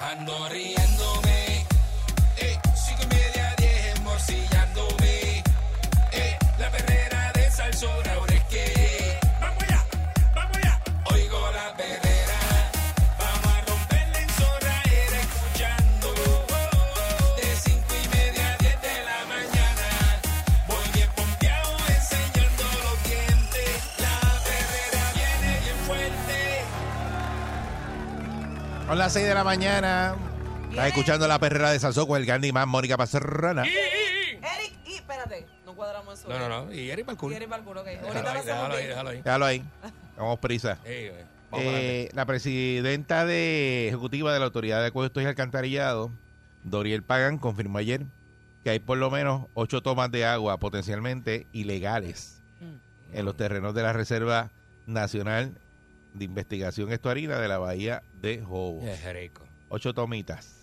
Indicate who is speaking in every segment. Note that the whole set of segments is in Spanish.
Speaker 1: Ando riéndome, eh, cinco y media, diez, morcillándome, eh, la perrera de Salsón, ahora es que, vamos ya, vamos ya, oigo la perrera, vamos a romperla en zorra, era escuchando, de cinco y media a diez de la mañana, voy bien pompeado enseñando los dientes, la perrera viene bien fuerte.
Speaker 2: Son las 6 de la mañana. Estás escuchando la perrera de Salsó con el Candy más Mónica Pacerrana.
Speaker 3: Eric y. Espérate, no cuadramos eso.
Speaker 1: No, no, no, y Eric Balcour.
Speaker 3: Y Eric Balcour, ok.
Speaker 1: Déjalo
Speaker 3: Ahorita lo
Speaker 1: ahí, déjalo ahí,
Speaker 3: hacemos bien.
Speaker 1: déjalo ahí.
Speaker 2: Déjalo ahí. Vamos prisa.
Speaker 1: Ey, güey, vamos para adelante.
Speaker 2: Eh, la presidenta de ejecutiva de la Autoridad de Acuestos y Alcantarillado, Doriel Pagan, confirmó ayer que hay por lo menos ocho tomas de agua potencialmente ilegales
Speaker 1: Mm.
Speaker 2: en los terrenos de la Reserva Nacional de Investigación Estuarina de la Bahía de Jobo.
Speaker 1: Es rico.
Speaker 2: Ocho tomitas.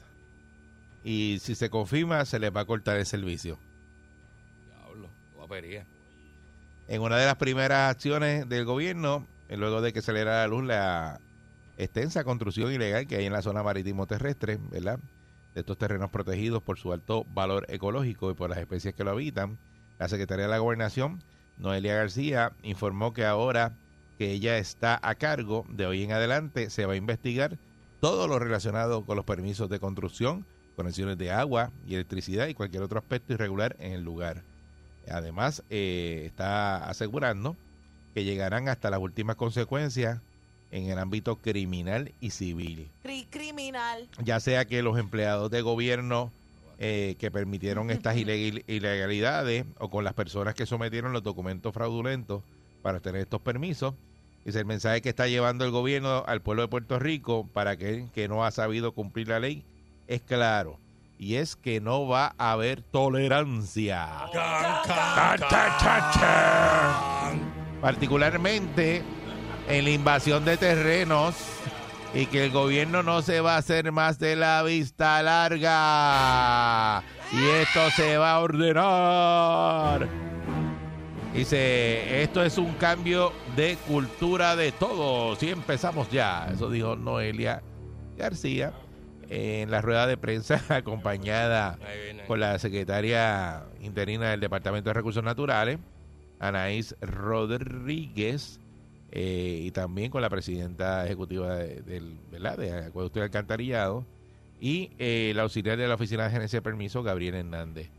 Speaker 2: Y si se confirma, se les va a cortar el servicio.
Speaker 1: Diablo, guapería.
Speaker 2: en una de las primeras acciones del gobierno, eh, luego de que se le diera a la luz la extensa construcción ilegal que hay en la zona marítimo terrestre, ¿verdad? De estos terrenos protegidos por su alto valor ecológico y por las especies que lo habitan, la secretaria de la Gobernación, Noelia García, informó que ahora que ella está a cargo, de hoy en adelante se va a investigar todo lo relacionado con los permisos de construcción, conexiones de agua y electricidad y cualquier otro aspecto irregular en el lugar. Además, eh, está asegurando que llegarán hasta las últimas consecuencias en el ámbito criminal y civil.
Speaker 3: Cri- Criminal.
Speaker 2: Ya sea que los empleados de gobierno eh, que permitieron estas ileg- ilegalidades o con las personas que sometieron los documentos fraudulentos para obtener estos permisos, es el mensaje que está llevando el gobierno al pueblo de Puerto Rico para aquel que no ha sabido cumplir la ley es claro. Y es que no va a haber tolerancia. particularmente en la invasión de terrenos y que el gobierno no se va a hacer más de la vista larga y esto se va a ordenar. Dice, esto es un cambio de cultura de todos y empezamos ya. Eso dijo Noelia García en la rueda de prensa acompañada
Speaker 1: Ahí viene.
Speaker 2: con la secretaria interina del Departamento de Recursos Naturales, Anaís Rodríguez, eh, y también con la presidenta ejecutiva de- del ¿verdad? de Acueducto y Alcantarillado, y eh, la auxiliar de la Oficina de Gerencia de Permiso, Gabriel Hernández.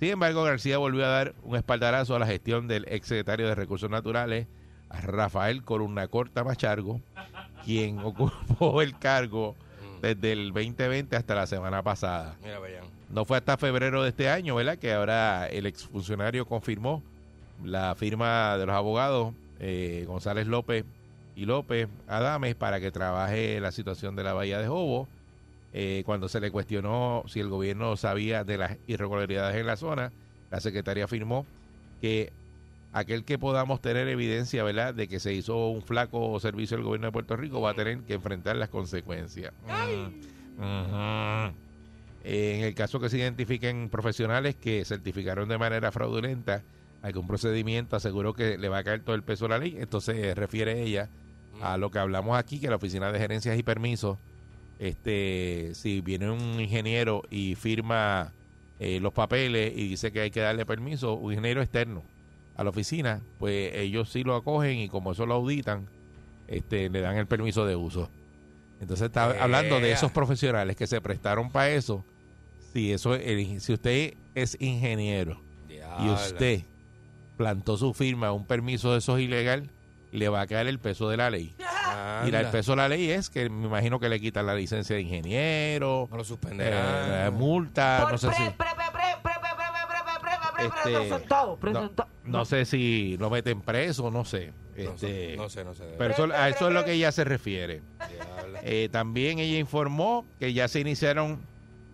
Speaker 2: Sin embargo, García volvió a dar un espaldarazo a la gestión del exsecretario de Recursos Naturales, Rafael Columna Corta Machargo, quien ocupó el cargo desde el 2020 hasta la semana pasada.
Speaker 1: Mira, vayan.
Speaker 2: No fue hasta febrero de este año, ¿verdad? Que ahora el exfuncionario confirmó la firma de los abogados eh, González López y López Adames para que trabaje la situación de la Bahía de Jobo. Eh, cuando se le cuestionó si el gobierno sabía de las irregularidades en la zona, la secretaria afirmó que aquel que podamos tener evidencia, ¿verdad?, de que se hizo un flaco servicio del gobierno de Puerto Rico va a tener que enfrentar las consecuencias. Ujú. Eh, En el caso que se identifiquen profesionales que certificaron de manera fraudulenta algún procedimiento, aseguró que le va a caer todo el peso de la ley. Entonces eh, refiere ella a lo que hablamos aquí, que la Oficina de Gerencias y Permisos, este, si viene un ingeniero y firma eh, los papeles y dice que hay que darle permiso, un ingeniero externo a la oficina, pues ellos sí lo acogen y como eso lo auditan, este, le dan el permiso de uso. Entonces está
Speaker 1: Ea.
Speaker 2: hablando de esos profesionales que se prestaron para eso. Si eso, el- si usted es ingeniero y
Speaker 1: Diablo.
Speaker 2: usted plantó su firma a un permiso de esos ilegal, le va a caer el peso de la ley.
Speaker 1: Anda.
Speaker 4: Ah,
Speaker 2: Y la- el peso de la ley es que me imagino que le quitan la licencia de ingeniero,
Speaker 1: No lo
Speaker 2: eh,
Speaker 1: suspenderán.
Speaker 2: la multa,
Speaker 3: Por
Speaker 2: Ah, no sé
Speaker 3: pre,
Speaker 2: si
Speaker 3: pre, pre, pre, pre, pre, pre, pre, pre, pre, pre, pre, pre,
Speaker 2: este,
Speaker 3: presentado,
Speaker 2: no,
Speaker 3: presentado.
Speaker 2: no sé si lo meten preso, no sé.
Speaker 1: No
Speaker 2: Este,
Speaker 1: sé, no sé, no sé.
Speaker 2: Pero eso- a eso es lo que ella se refiere.
Speaker 1: Diablo.
Speaker 2: Eh, también ella informó que ya se iniciaron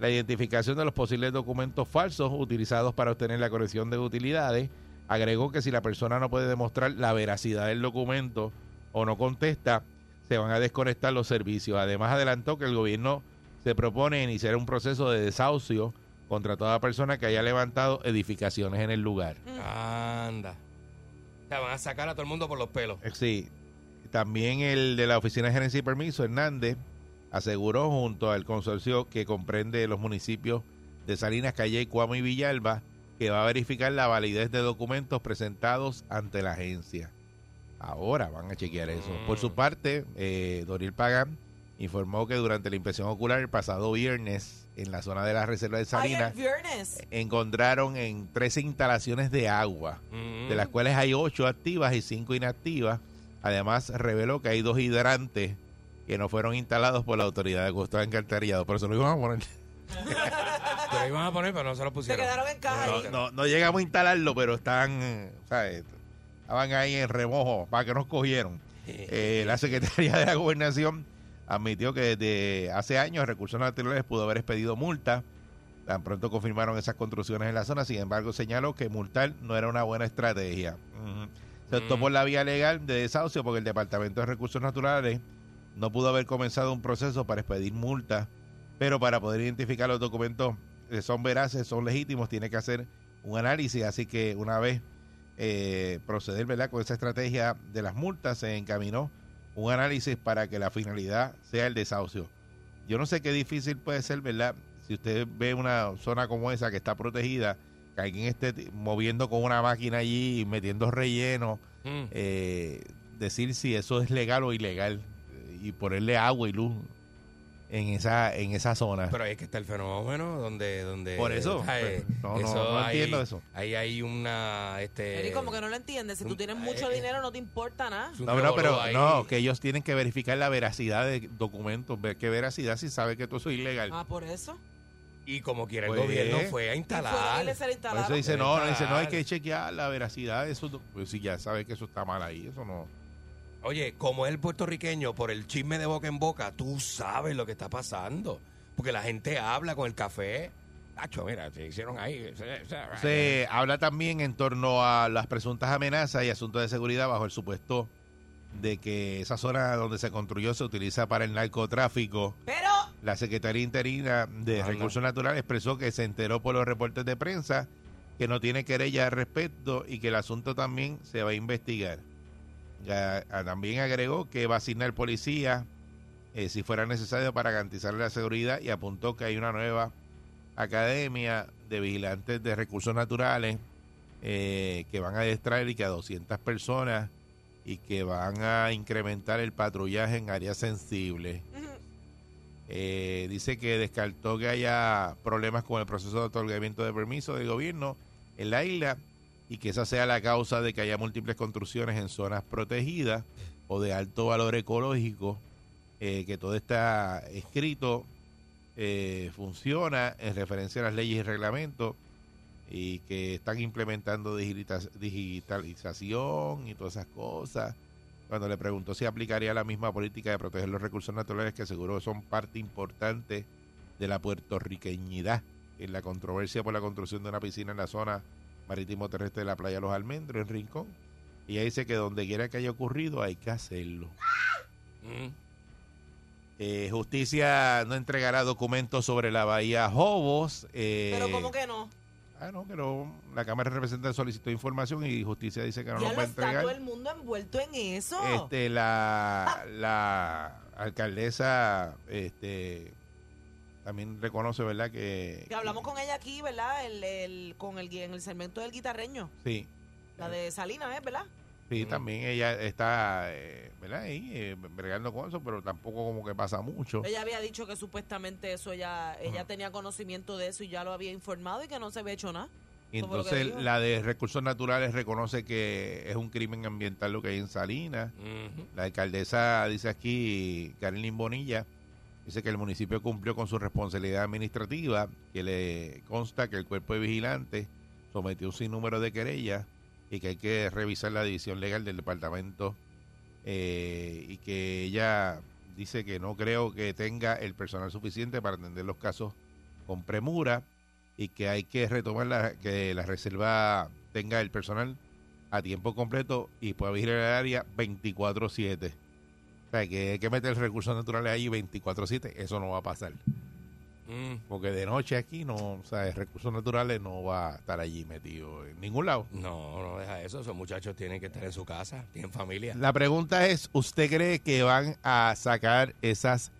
Speaker 2: la identificación de los posibles documentos falsos utilizados para obtener la colección de utilidades Agregó que si la persona no puede demostrar la veracidad del documento o no contesta, se van a desconectar los servicios. Además, adelantó que el gobierno se propone iniciar un proceso de desahucio contra toda persona que haya levantado edificaciones en el lugar.
Speaker 4: Anda. Te van a sacar a todo el mundo por los pelos.
Speaker 2: Eh, Sí. También el de la Oficina de Gerencia y Permiso, Hernández, aseguró junto al consorcio que comprende los municipios de Salinas, Calle, Cuamo y Villalba que va a verificar la validez de documentos presentados ante la agencia. Ahora van a chequear eso.
Speaker 4: Mm.
Speaker 2: Por su parte, eh, Doril Pagán informó que durante la inspección ocular el pasado viernes en la zona de la Reserva de
Speaker 3: Ayer
Speaker 2: Salinas
Speaker 3: viernes.
Speaker 2: encontraron en 13 instalaciones de agua
Speaker 4: Mm.
Speaker 2: de las cuales hay ocho activas y cinco inactivas. Además, reveló que hay dos hidrantes que no fueron instalados por la autoridad de Gustavo Encartarillado. Por eso lo íbamos a poner.
Speaker 4: Pero ahí van a poner, pero no se los
Speaker 3: Se
Speaker 4: pusieron.
Speaker 3: quedaron en caja
Speaker 2: No,
Speaker 3: ahí.
Speaker 2: no- no llegamos a instalarlo, pero están, eh, ¿sabes? Estaban ahí en remojo para que nos cogieron. Eh, la Secretaría de la Gobernación admitió que desde hace años recursos naturales pudo haber expedido multa. Tan pronto confirmaron esas construcciones en la zona, sin embargo señaló que multar no era una buena estrategia. Ujú. Se optó
Speaker 4: Mm.
Speaker 2: por la vía legal de desahucio porque el Departamento de Recursos Naturales no pudo haber comenzado un proceso para expedir multas, pero para poder identificar los documentos que eh, son veraces, son legítimos, tiene que hacer un análisis, así que una vez eh, proceder ¿verdad? con esa estrategia de las multas, se encaminó un análisis para que la finalidad sea el desahucio. Yo no sé qué difícil puede ser, ¿verdad? Si usted ve una zona como esa que está protegida, que alguien esté t- moviendo con una máquina allí, metiendo relleno,
Speaker 4: Mm.
Speaker 2: eh, decir si eso es legal o ilegal eh, y ponerle agua y luz en esa, en esa zona.
Speaker 4: Pero ahí es que está el fenómeno donde... donde
Speaker 2: Por eso,
Speaker 4: ¿sabes?
Speaker 2: pero no, no, no
Speaker 4: ahí-
Speaker 2: entiendo eso.
Speaker 4: Ahí hay una... Este,
Speaker 3: Eric, como que no lo entiendes. Si tú tienes mucho
Speaker 4: eh,
Speaker 3: dinero, no te importa nada.
Speaker 4: es un
Speaker 2: No, no, pero
Speaker 4: revolú ahí.
Speaker 2: no, que ellos tienen que verificar la veracidad de documentos, ver qué veracidad si sabe que todo eso es ilegal.
Speaker 3: Ah, por eso.
Speaker 4: Y como quiera el
Speaker 2: Pues.
Speaker 4: gobierno fue a
Speaker 3: Fue que
Speaker 4: instalar.
Speaker 3: le se le
Speaker 2: Por
Speaker 3: instalaron.
Speaker 2: eso dice, no, no,
Speaker 4: Debe
Speaker 2: dice, no, hay
Speaker 4: estar.
Speaker 2: que chequear la veracidad de eso. Pues si ya sabe que eso está mal ahí, eso no.
Speaker 4: Oye, como es el puertorriqueño, por el chisme de boca en boca, tú sabes lo que está pasando. Porque la gente habla con el café. Nacho, mira, se hicieron ahí. se- se-
Speaker 2: Se habla también en torno a las presuntas amenazas y asuntos de seguridad bajo el supuesto de que esa zona donde se construyó se utiliza para el narcotráfico.
Speaker 3: Pero,
Speaker 2: La secretaria interina de
Speaker 4: Anda.
Speaker 2: Recursos Naturales expresó que se enteró por los reportes de prensa que no tiene querella al respecto y que el asunto también se va a investigar. Ya, ah, también agregó que va a asignar policía eh, si fuera necesario para garantizar la seguridad y apuntó que hay una nueva academia de vigilantes de recursos naturales eh, que van a distraer y que a 200 personas y que van a incrementar el patrullaje en áreas sensibles. Eh, dice que descartó que haya problemas con el proceso de otorgamiento de permiso del gobierno en la isla y que esa sea la causa de que haya múltiples construcciones en zonas protegidas o de alto valor ecológico, eh, que todo está escrito, eh, funciona en referencia a las leyes y reglamentos y que están implementando digita- digitalización y todas esas cosas cuando le preguntó si aplicaría la misma política de proteger los recursos naturales, que seguro son parte importante de la puertorriqueñidad, en la controversia por la construcción de una piscina en la zona marítimo terrestre de la playa Los Almendros, en Rincón. Y ella dice que donde quiera que haya ocurrido hay que hacerlo.
Speaker 4: Mm.
Speaker 2: Eh, justicia no entregará documentos sobre la bahía Jobos. eh,
Speaker 3: pero ¿cómo que no?
Speaker 2: Ah, no, pero la Cámara de Representantes solicitó información y Justicia dice que no
Speaker 3: ya
Speaker 2: nos
Speaker 3: lo
Speaker 2: va a
Speaker 3: está
Speaker 2: entregar.
Speaker 3: todo el mundo envuelto en eso.
Speaker 2: este, la, la alcaldesa este, también reconoce, ¿verdad? Que,
Speaker 3: que hablamos con ella aquí, ¿verdad? El, el- con el, gui- en el segmento del guitarreño.
Speaker 2: Sí,
Speaker 3: La de Salinas, ¿eh? ¿verdad?
Speaker 2: sí,
Speaker 4: Mm.
Speaker 2: también ella está, eh, ¿verdad? Ahí, eh, bregando con eso, pero tampoco como que pasa mucho.
Speaker 3: Ella había dicho que supuestamente eso ya, ella tenía conocimiento de eso y ya lo había informado y que no se había hecho nada.
Speaker 2: Y
Speaker 3: Como lo que
Speaker 2: entonces
Speaker 3: dijo.
Speaker 2: la de Recursos Naturales reconoce que es un crimen ambiental lo que hay en Salinas.
Speaker 4: Ujú.
Speaker 2: La alcaldesa dice aquí, Karin Bonilla, dice que el municipio cumplió con su responsabilidad administrativa, que le consta que el cuerpo de vigilantes sometió un sinnúmero de querellas y que hay que revisar la división legal del departamento eh, y que ella dice que no creo que tenga el personal suficiente para atender los casos con premura y que hay que retomar la, que la reserva tenga el personal a tiempo completo y pueda vigilar el área 24-7. O sea, que hay que meter recursos naturales ahí 24-7, eso no va a pasar.
Speaker 4: Mm.
Speaker 2: Porque de noche aquí no, o sea, recursos naturales no va a estar allí metido en ningún lado.
Speaker 4: No, no deja eso. Esos muchachos tienen que estar en su casa, tienen familia.
Speaker 2: La pregunta es, ¿usted cree que van a sacar esas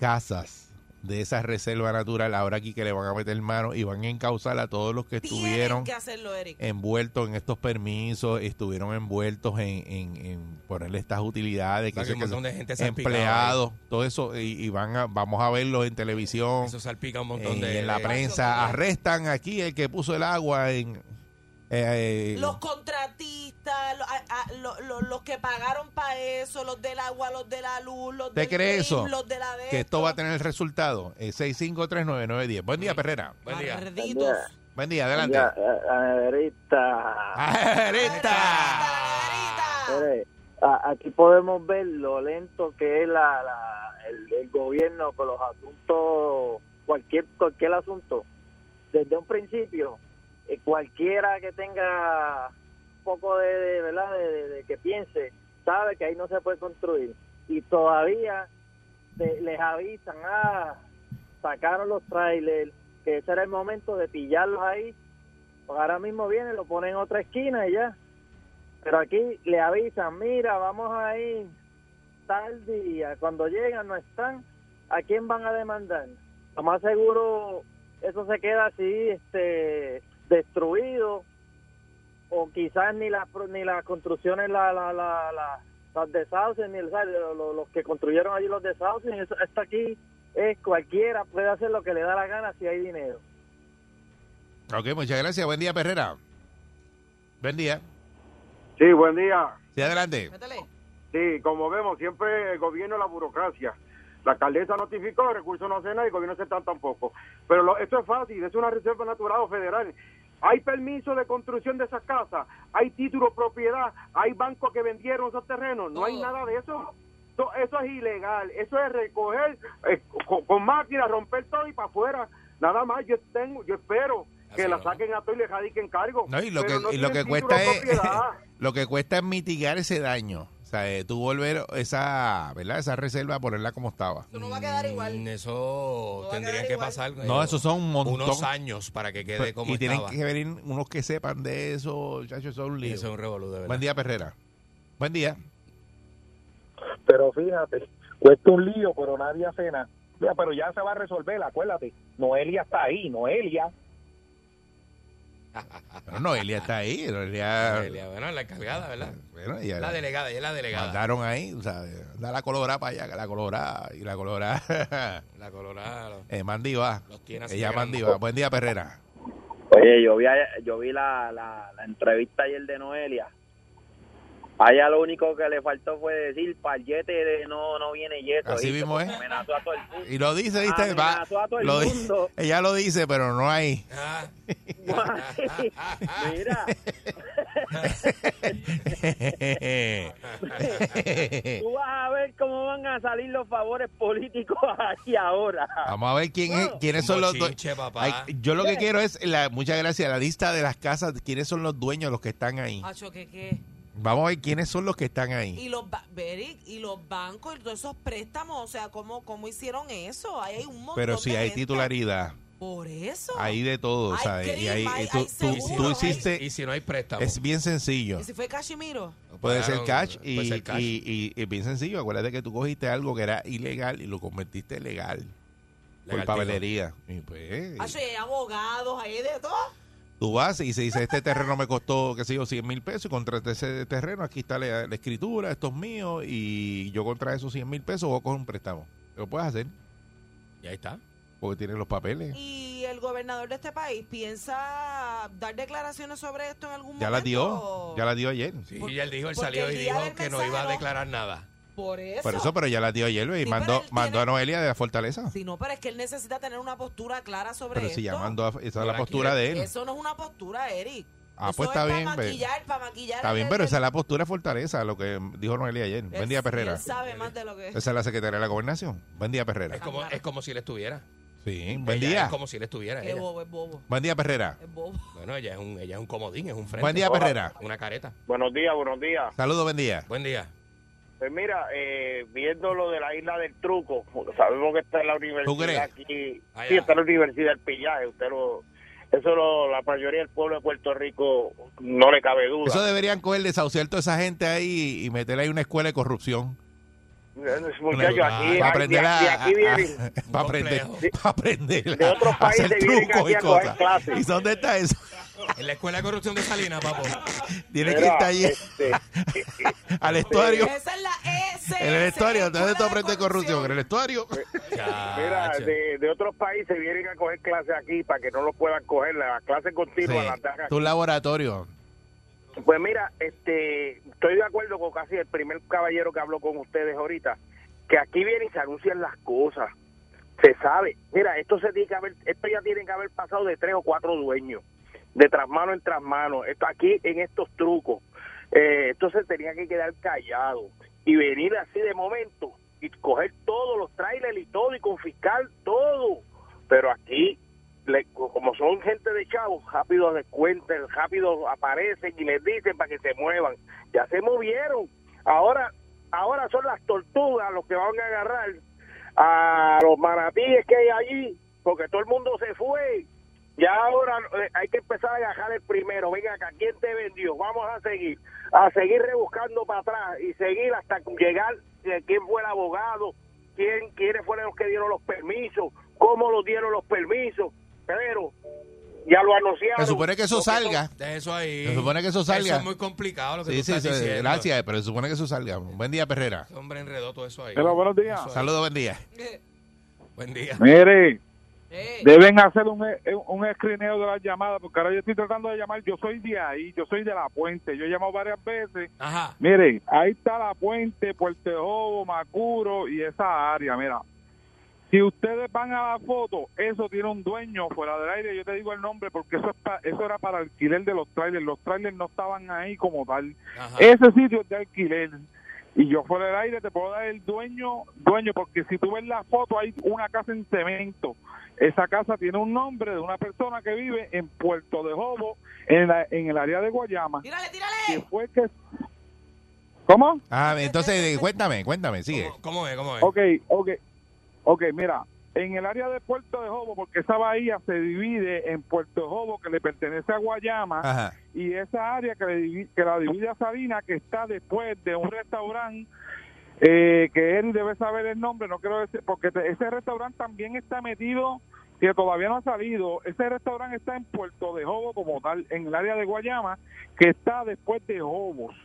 Speaker 2: casas de esa reserva natural ahora aquí que le van a meter mano y van a encauzar a todos los que
Speaker 3: Tienen
Speaker 2: estuvieron
Speaker 3: que hacerlo, Eric.
Speaker 2: envueltos en estos permisos, estuvieron envueltos en, en- en ponerle estas utilidades,
Speaker 4: Hay
Speaker 2: sé
Speaker 4: un
Speaker 2: qué,
Speaker 4: montón de gente salpicada
Speaker 2: empleados, todo eso, y, y van a, vamos a verlo en televisión,
Speaker 4: ¿eh? Eso salpica un
Speaker 2: en,
Speaker 4: montón de...
Speaker 2: eh, en la
Speaker 4: de-
Speaker 2: prensa, arrestan aquí el que puso el agua en... eh,
Speaker 3: Los contratistas, lo- a- a- lo- lo- los que pagaron para eso, los del agua, los de la luz, los
Speaker 2: ¿Usted
Speaker 3: del
Speaker 2: cree
Speaker 3: PIB,
Speaker 2: eso?
Speaker 3: los de la de
Speaker 2: que esto va a tener el resultado. Eh, 6539910. Buen día, Perrera.
Speaker 4: Buen día.
Speaker 3: Malditos.
Speaker 2: Buen día, adelante.
Speaker 5: Ya, eh, ahorita,
Speaker 2: ¡Areta!
Speaker 3: Margarita.
Speaker 5: mire, a- aquí podemos ver lo lento que es la, la- el, el gobierno con los asuntos, cualquier, cualquier asunto. Desde un principio, eh, cualquiera que tenga un poco de, de- ¿verdad? De, de- de que piense, sabe que ahí no se puede construir. Y todavía te- les avisan, ah, sacaron los trailers, que ese era el momento de pillarlos ahí. Pues ahora mismo vienen, lo ponen en otra esquina y ya. Pero aquí le avisan, mira, vamos a ir tal día. Cuando llegan no están, ¿a quién van a demandar? Lo más seguro, eso se queda así, este, destruido. O quizás ni las pro- ni las construcciones, la, la, la, la- las desahucios, ni el- ¿sabes? Lo- lo- los que construyeron allí los desahucios. Eso, esto aquí es cualquiera puede hacer lo que le da la gana si hay dinero.
Speaker 2: Ok, muchas gracias. Buen día, Perrera. Buen día.
Speaker 6: Sí, buen día.
Speaker 2: Sí, adelante.
Speaker 3: Métele.
Speaker 6: Sí, como vemos, siempre el gobierno, la burocracia. La alcaldesa notificó, recursos no hace nada y el gobierno se está tampoco. Pero lo- esto es fácil, es una reserva natural o federal. Hay permiso de construcción de esas casas, hay título propiedad, hay bancos que vendieron esos terrenos, no hay
Speaker 3: Todo.
Speaker 6: nada de eso. To- Eso es ilegal, eso es recoger eh, con, con máquina, romper todo y para afuera. Nada más, yo tengo, yo espero que
Speaker 4: Así
Speaker 6: la
Speaker 4: no.
Speaker 6: saquen a todo y le radiquen cargo.
Speaker 2: No, y lo
Speaker 6: Pero
Speaker 2: que,
Speaker 6: no
Speaker 2: y lo que
Speaker 6: tienen
Speaker 2: cuesta
Speaker 6: título
Speaker 2: es
Speaker 6: propiedad.
Speaker 2: lo que cuesta es mitigar ese daño. O sea, eh, tú volver esa, ¿verdad? Esa reserva a ponerla como estaba.
Speaker 3: Eso no va a quedar
Speaker 4: Mm,
Speaker 3: igual.
Speaker 4: Eso
Speaker 3: No va a
Speaker 4: tendría
Speaker 3: quedar
Speaker 4: que
Speaker 3: igual.
Speaker 4: pasar.
Speaker 2: No,
Speaker 4: eh,
Speaker 2: esos son un montón.
Speaker 4: Unos años para que quede como
Speaker 2: y tienen
Speaker 4: estaba.
Speaker 2: que venir unos que sepan de eso, chacho, eso es un lío.
Speaker 4: Eso es un revolú, de verdad.
Speaker 2: Buen día, Perrera. Buen día.
Speaker 7: pero fíjate, cuesta un lío, pero nadie hace nada. Mira, pero ya se va a resolver, acuérdate. Noelia está ahí, Noelia.
Speaker 2: Pero Noelia está ahí. Noelia,
Speaker 4: Noelia, bueno, la encargada, ¿verdad?
Speaker 2: eh, Bueno, ella-
Speaker 4: La delegada, ella es la delegada.
Speaker 2: mandaron ahí, o sea, da la colorada para allá, que la colorada y la colorada.
Speaker 4: La colorada.
Speaker 2: eh, manda y va.
Speaker 4: Los tiene así
Speaker 2: Ella
Speaker 4: de
Speaker 2: manda y
Speaker 4: grandes.
Speaker 2: va. Buen día, Perrera.
Speaker 5: Oye, yo vi, a- yo vi la, la, la entrevista ayer de Noelia. A ella lo único que le faltó fue decir, para el yete de no, no viene yeto.
Speaker 2: Así
Speaker 5: ¿viste?
Speaker 2: mismo es.
Speaker 5: Porque Amenazó a todo el mundo.
Speaker 2: Y lo dice, ¿viste? Va,
Speaker 5: Amenazó a todo el
Speaker 2: lo di-
Speaker 5: mundo.
Speaker 2: ella lo dice, pero no hay.
Speaker 4: Ah,
Speaker 5: Mira, tú vas a ver cómo van a salir los favores políticos aquí ahora.
Speaker 2: Vamos a ver quién es, quiénes son los dueños.
Speaker 4: bochinche, papá.
Speaker 2: Ay, yo lo que quiero es, la, muchas gracias, la lista de las casas, quiénes son los dueños, los que están ahí.
Speaker 3: Acho, que qué.
Speaker 2: Vamos a ver quiénes son los que están ahí.
Speaker 3: Ah. Y los, ba- Eric, y los bancos y todos esos préstamos, o sea, ¿cómo, cómo hicieron eso? Ahí hay un montón
Speaker 2: Pero si
Speaker 3: de
Speaker 2: hay
Speaker 3: gente.
Speaker 2: titularidad,
Speaker 3: Por eso.
Speaker 2: hay de todo,
Speaker 3: Hay
Speaker 2: ¿sabes? Y
Speaker 3: crimen,
Speaker 2: ahí-
Speaker 3: hay-
Speaker 2: y tú,
Speaker 3: hay
Speaker 2: tú-
Speaker 3: seguro,
Speaker 2: tú
Speaker 3: hay-
Speaker 2: hiciste,
Speaker 4: y si no hay préstamo.
Speaker 2: Es bien sencillo.
Speaker 3: ¿Y si fue Cachimiro?
Speaker 2: Puede ser cash, y,
Speaker 4: Puede ser cash.
Speaker 2: Y, y- y bien sencillo. Acuérdate que tú cogiste algo que era ilegal y lo convertiste en legal. Por
Speaker 4: Legal,
Speaker 2: papelería. Y pues,
Speaker 3: Acho, y hay abogados, ahí hay de todo.
Speaker 2: tú vas y se dice, este terreno me costó, qué sé yo, 100 mil pesos y contraté ese terreno, aquí está la, la escritura, esto es mío y yo contra esos 100 mil pesos voy a coger un préstamo. Lo puedes hacer
Speaker 4: Y ahí está.
Speaker 2: porque tienes los papeles.
Speaker 3: ¿Y el gobernador de este país piensa dar declaraciones sobre esto en algún
Speaker 2: Ya
Speaker 3: momento?
Speaker 2: la dio, ya la dio ayer.
Speaker 4: Sí,
Speaker 3: Por-
Speaker 4: y él dijo, él
Speaker 3: porque
Speaker 4: salió
Speaker 3: el
Speaker 4: y
Speaker 3: día
Speaker 4: dijo
Speaker 3: del
Speaker 4: que no
Speaker 3: mensaje
Speaker 4: iba a
Speaker 3: no-
Speaker 4: declarar nada.
Speaker 3: Por eso.
Speaker 2: Por eso, pero ya la dio ayer y
Speaker 3: Sí,
Speaker 2: mandó,
Speaker 3: pero él
Speaker 2: mandó
Speaker 3: tiene-
Speaker 2: a Noelia de la Fortaleza.
Speaker 3: Si no, pero es que él necesita tener una postura clara sobre
Speaker 2: Pero
Speaker 3: esto.
Speaker 2: si llamando a, esa es
Speaker 4: No
Speaker 2: la
Speaker 4: la
Speaker 2: postura de él.
Speaker 3: Eso no es una postura, Eric.
Speaker 2: Ah,
Speaker 3: Eso
Speaker 2: pues
Speaker 3: es
Speaker 2: está bien,
Speaker 3: Para
Speaker 2: ve.
Speaker 3: maquillar, para maquillar.
Speaker 2: Está
Speaker 3: al-
Speaker 2: bien, pero
Speaker 3: al-
Speaker 2: esa es la postura de fortaleza, lo que dijo Noelia ayer. Buen día,
Speaker 3: Él-
Speaker 2: Perrera.
Speaker 3: Él sabe más de lo que
Speaker 2: Esa es la secretaria de la gobernación. Buen día,
Speaker 4: Es
Speaker 2: Perrera.
Speaker 4: como, es como si él estuviera.
Speaker 2: Sí, buen
Speaker 4: Ella
Speaker 2: día.
Speaker 4: Es como si él estuviera.
Speaker 3: Qué
Speaker 4: ella.
Speaker 3: bobo, es bobo.
Speaker 2: Buen día, Perrera.
Speaker 3: Es bobo.
Speaker 4: Bueno, ella es, un, ella es un comodín, es un frente.
Speaker 2: Buen día, Perrera.
Speaker 4: Una careta.
Speaker 7: Buenos días, buenos días.
Speaker 2: Saludos, buen día.
Speaker 4: Buen día.
Speaker 7: Pues mira, eh, viendo lo de la isla del truco, sabemos que está en la
Speaker 2: ¿Tú crees?
Speaker 7: universidad aquí.
Speaker 4: Allá.
Speaker 7: Sí, está en la universidad del pillaje. Usted lo, eso lo- la mayoría del pueblo de Puerto Rico no le cabe duda.
Speaker 2: Eso deberían coger, desahuciar toda esa gente ahí y meter ahí una escuela de corrupción.
Speaker 7: Muchachos, aquí,
Speaker 2: para
Speaker 7: aquí-
Speaker 2: aprender
Speaker 7: de,
Speaker 2: a,
Speaker 7: aquí vienen,
Speaker 2: para aprender,
Speaker 4: complejo.
Speaker 2: pa' aprender
Speaker 7: De
Speaker 2: a-
Speaker 7: otros
Speaker 2: a hacer
Speaker 7: países vienen
Speaker 2: trucos
Speaker 7: aquí
Speaker 2: y
Speaker 7: a coger
Speaker 2: cosas.
Speaker 7: clases.
Speaker 2: ¿Y dónde está eso?
Speaker 4: En la escuela de corrupción de Salinas, papo.
Speaker 2: Tiene que
Speaker 7: Mira,
Speaker 2: estar allí
Speaker 7: este,
Speaker 2: al estuario.
Speaker 3: Esa es la S.
Speaker 2: En el estuario, ¿dónde tú
Speaker 7: este,
Speaker 2: aprendes corrupción? En el estuario.
Speaker 7: mira,
Speaker 4: Chacho.
Speaker 7: de, de otros países vienen a coger clases aquí para que no los puedan coger. Las clases continuas
Speaker 2: Sí,
Speaker 7: las dan aquí.
Speaker 2: tu laboratorio.
Speaker 7: Pues mira, este, estoy de acuerdo con casi el primer caballero que habló con ustedes ahorita, que aquí vienen y se anuncian las cosas, se sabe. Mira, esto se tiene que haber, esto ya tiene que haber pasado de tres o cuatro dueños, de tras mano en tras mano. Esto aquí en estos trucos, eh, esto se tenía que quedar callado y venir así de momento y coger todos los trailers y todo y confiscar todo. Pero aquí le- como son gente de chavos, rápido descuentan, rápido aparecen y les dicen para que se muevan. Ya se movieron. Ahora, ahora son las tortugas los que van a agarrar a los manatíes que hay allí, porque todo el mundo se fue. Ya ahora eh, hay que empezar a agarrar el primero. Venga acá, ¿quién te vendió? Vamos a seguir, a seguir rebuscando para atrás y seguir hasta llegar eh, quién fue el abogado, quién, quiénes fueron los que dieron los permisos, cómo los dieron los permisos. Pero ya lo anunciaron.
Speaker 2: Se supone que eso
Speaker 7: Lo son-
Speaker 2: salga.
Speaker 4: Deja eso ahí.
Speaker 2: Se supone que eso salga.
Speaker 4: Eso es muy complicado lo que
Speaker 2: Sí,
Speaker 4: tú
Speaker 2: sí,
Speaker 4: estás
Speaker 2: sí,
Speaker 4: diciendo.
Speaker 2: gracias, pero se supone que eso salga. Buen día, Perrera.
Speaker 4: Ese hombre enredó todo eso ahí.
Speaker 8: Pero buenos días.
Speaker 4: Eso ahí.
Speaker 2: Saludos, buen día.
Speaker 4: Buen día.
Speaker 8: Mire,
Speaker 3: Eh,
Speaker 8: deben hacer un, un escrineo de las llamadas, porque ahora yo estoy tratando de llamar, yo soy de ahí, yo soy de la puente, yo he llamado varias veces.
Speaker 4: Ajá.
Speaker 8: Mire, ahí está la puente, Puertejobo, Macuro y esa área, mira. Si ustedes van a la foto, eso tiene un dueño fuera del aire, yo te digo el nombre porque eso, es pa- eso era para alquiler de los trailers, los trailers no estaban ahí como tal.
Speaker 4: Ajá.
Speaker 3: Eh,
Speaker 8: Ese sitio es de alquiler. Y yo fuera del aire te puedo dar el dueño, dueño, porque si tú ves la foto hay una casa en cemento. Esa casa tiene un nombre de una persona que vive en Puerto de Jobo, en, la- en el área de Guayama.
Speaker 3: tírale,
Speaker 8: Que
Speaker 3: tírale.
Speaker 8: fue que... ¿Cómo?
Speaker 2: Ah, entonces, eh, cuéntame, cuéntame, sigue.
Speaker 4: ¿Cómo, cómo es? ¿Cómo es?
Speaker 8: Ok, ok, ok, mira, en el área de Puerto de Jobo, porque esa bahía se divide en Puerto de Jobo, que le pertenece a Guayama,
Speaker 2: Ajá.
Speaker 8: y esa área que, le divi- que la divide a Salina, que está después de un restaurante, eh, que él debe saber el nombre, no quiero decir, porque te- ese restaurante también está metido, que todavía no ha salido, ese restaurante está en Puerto de Jobo como tal, en el área de Guayama, que está después de Jobos,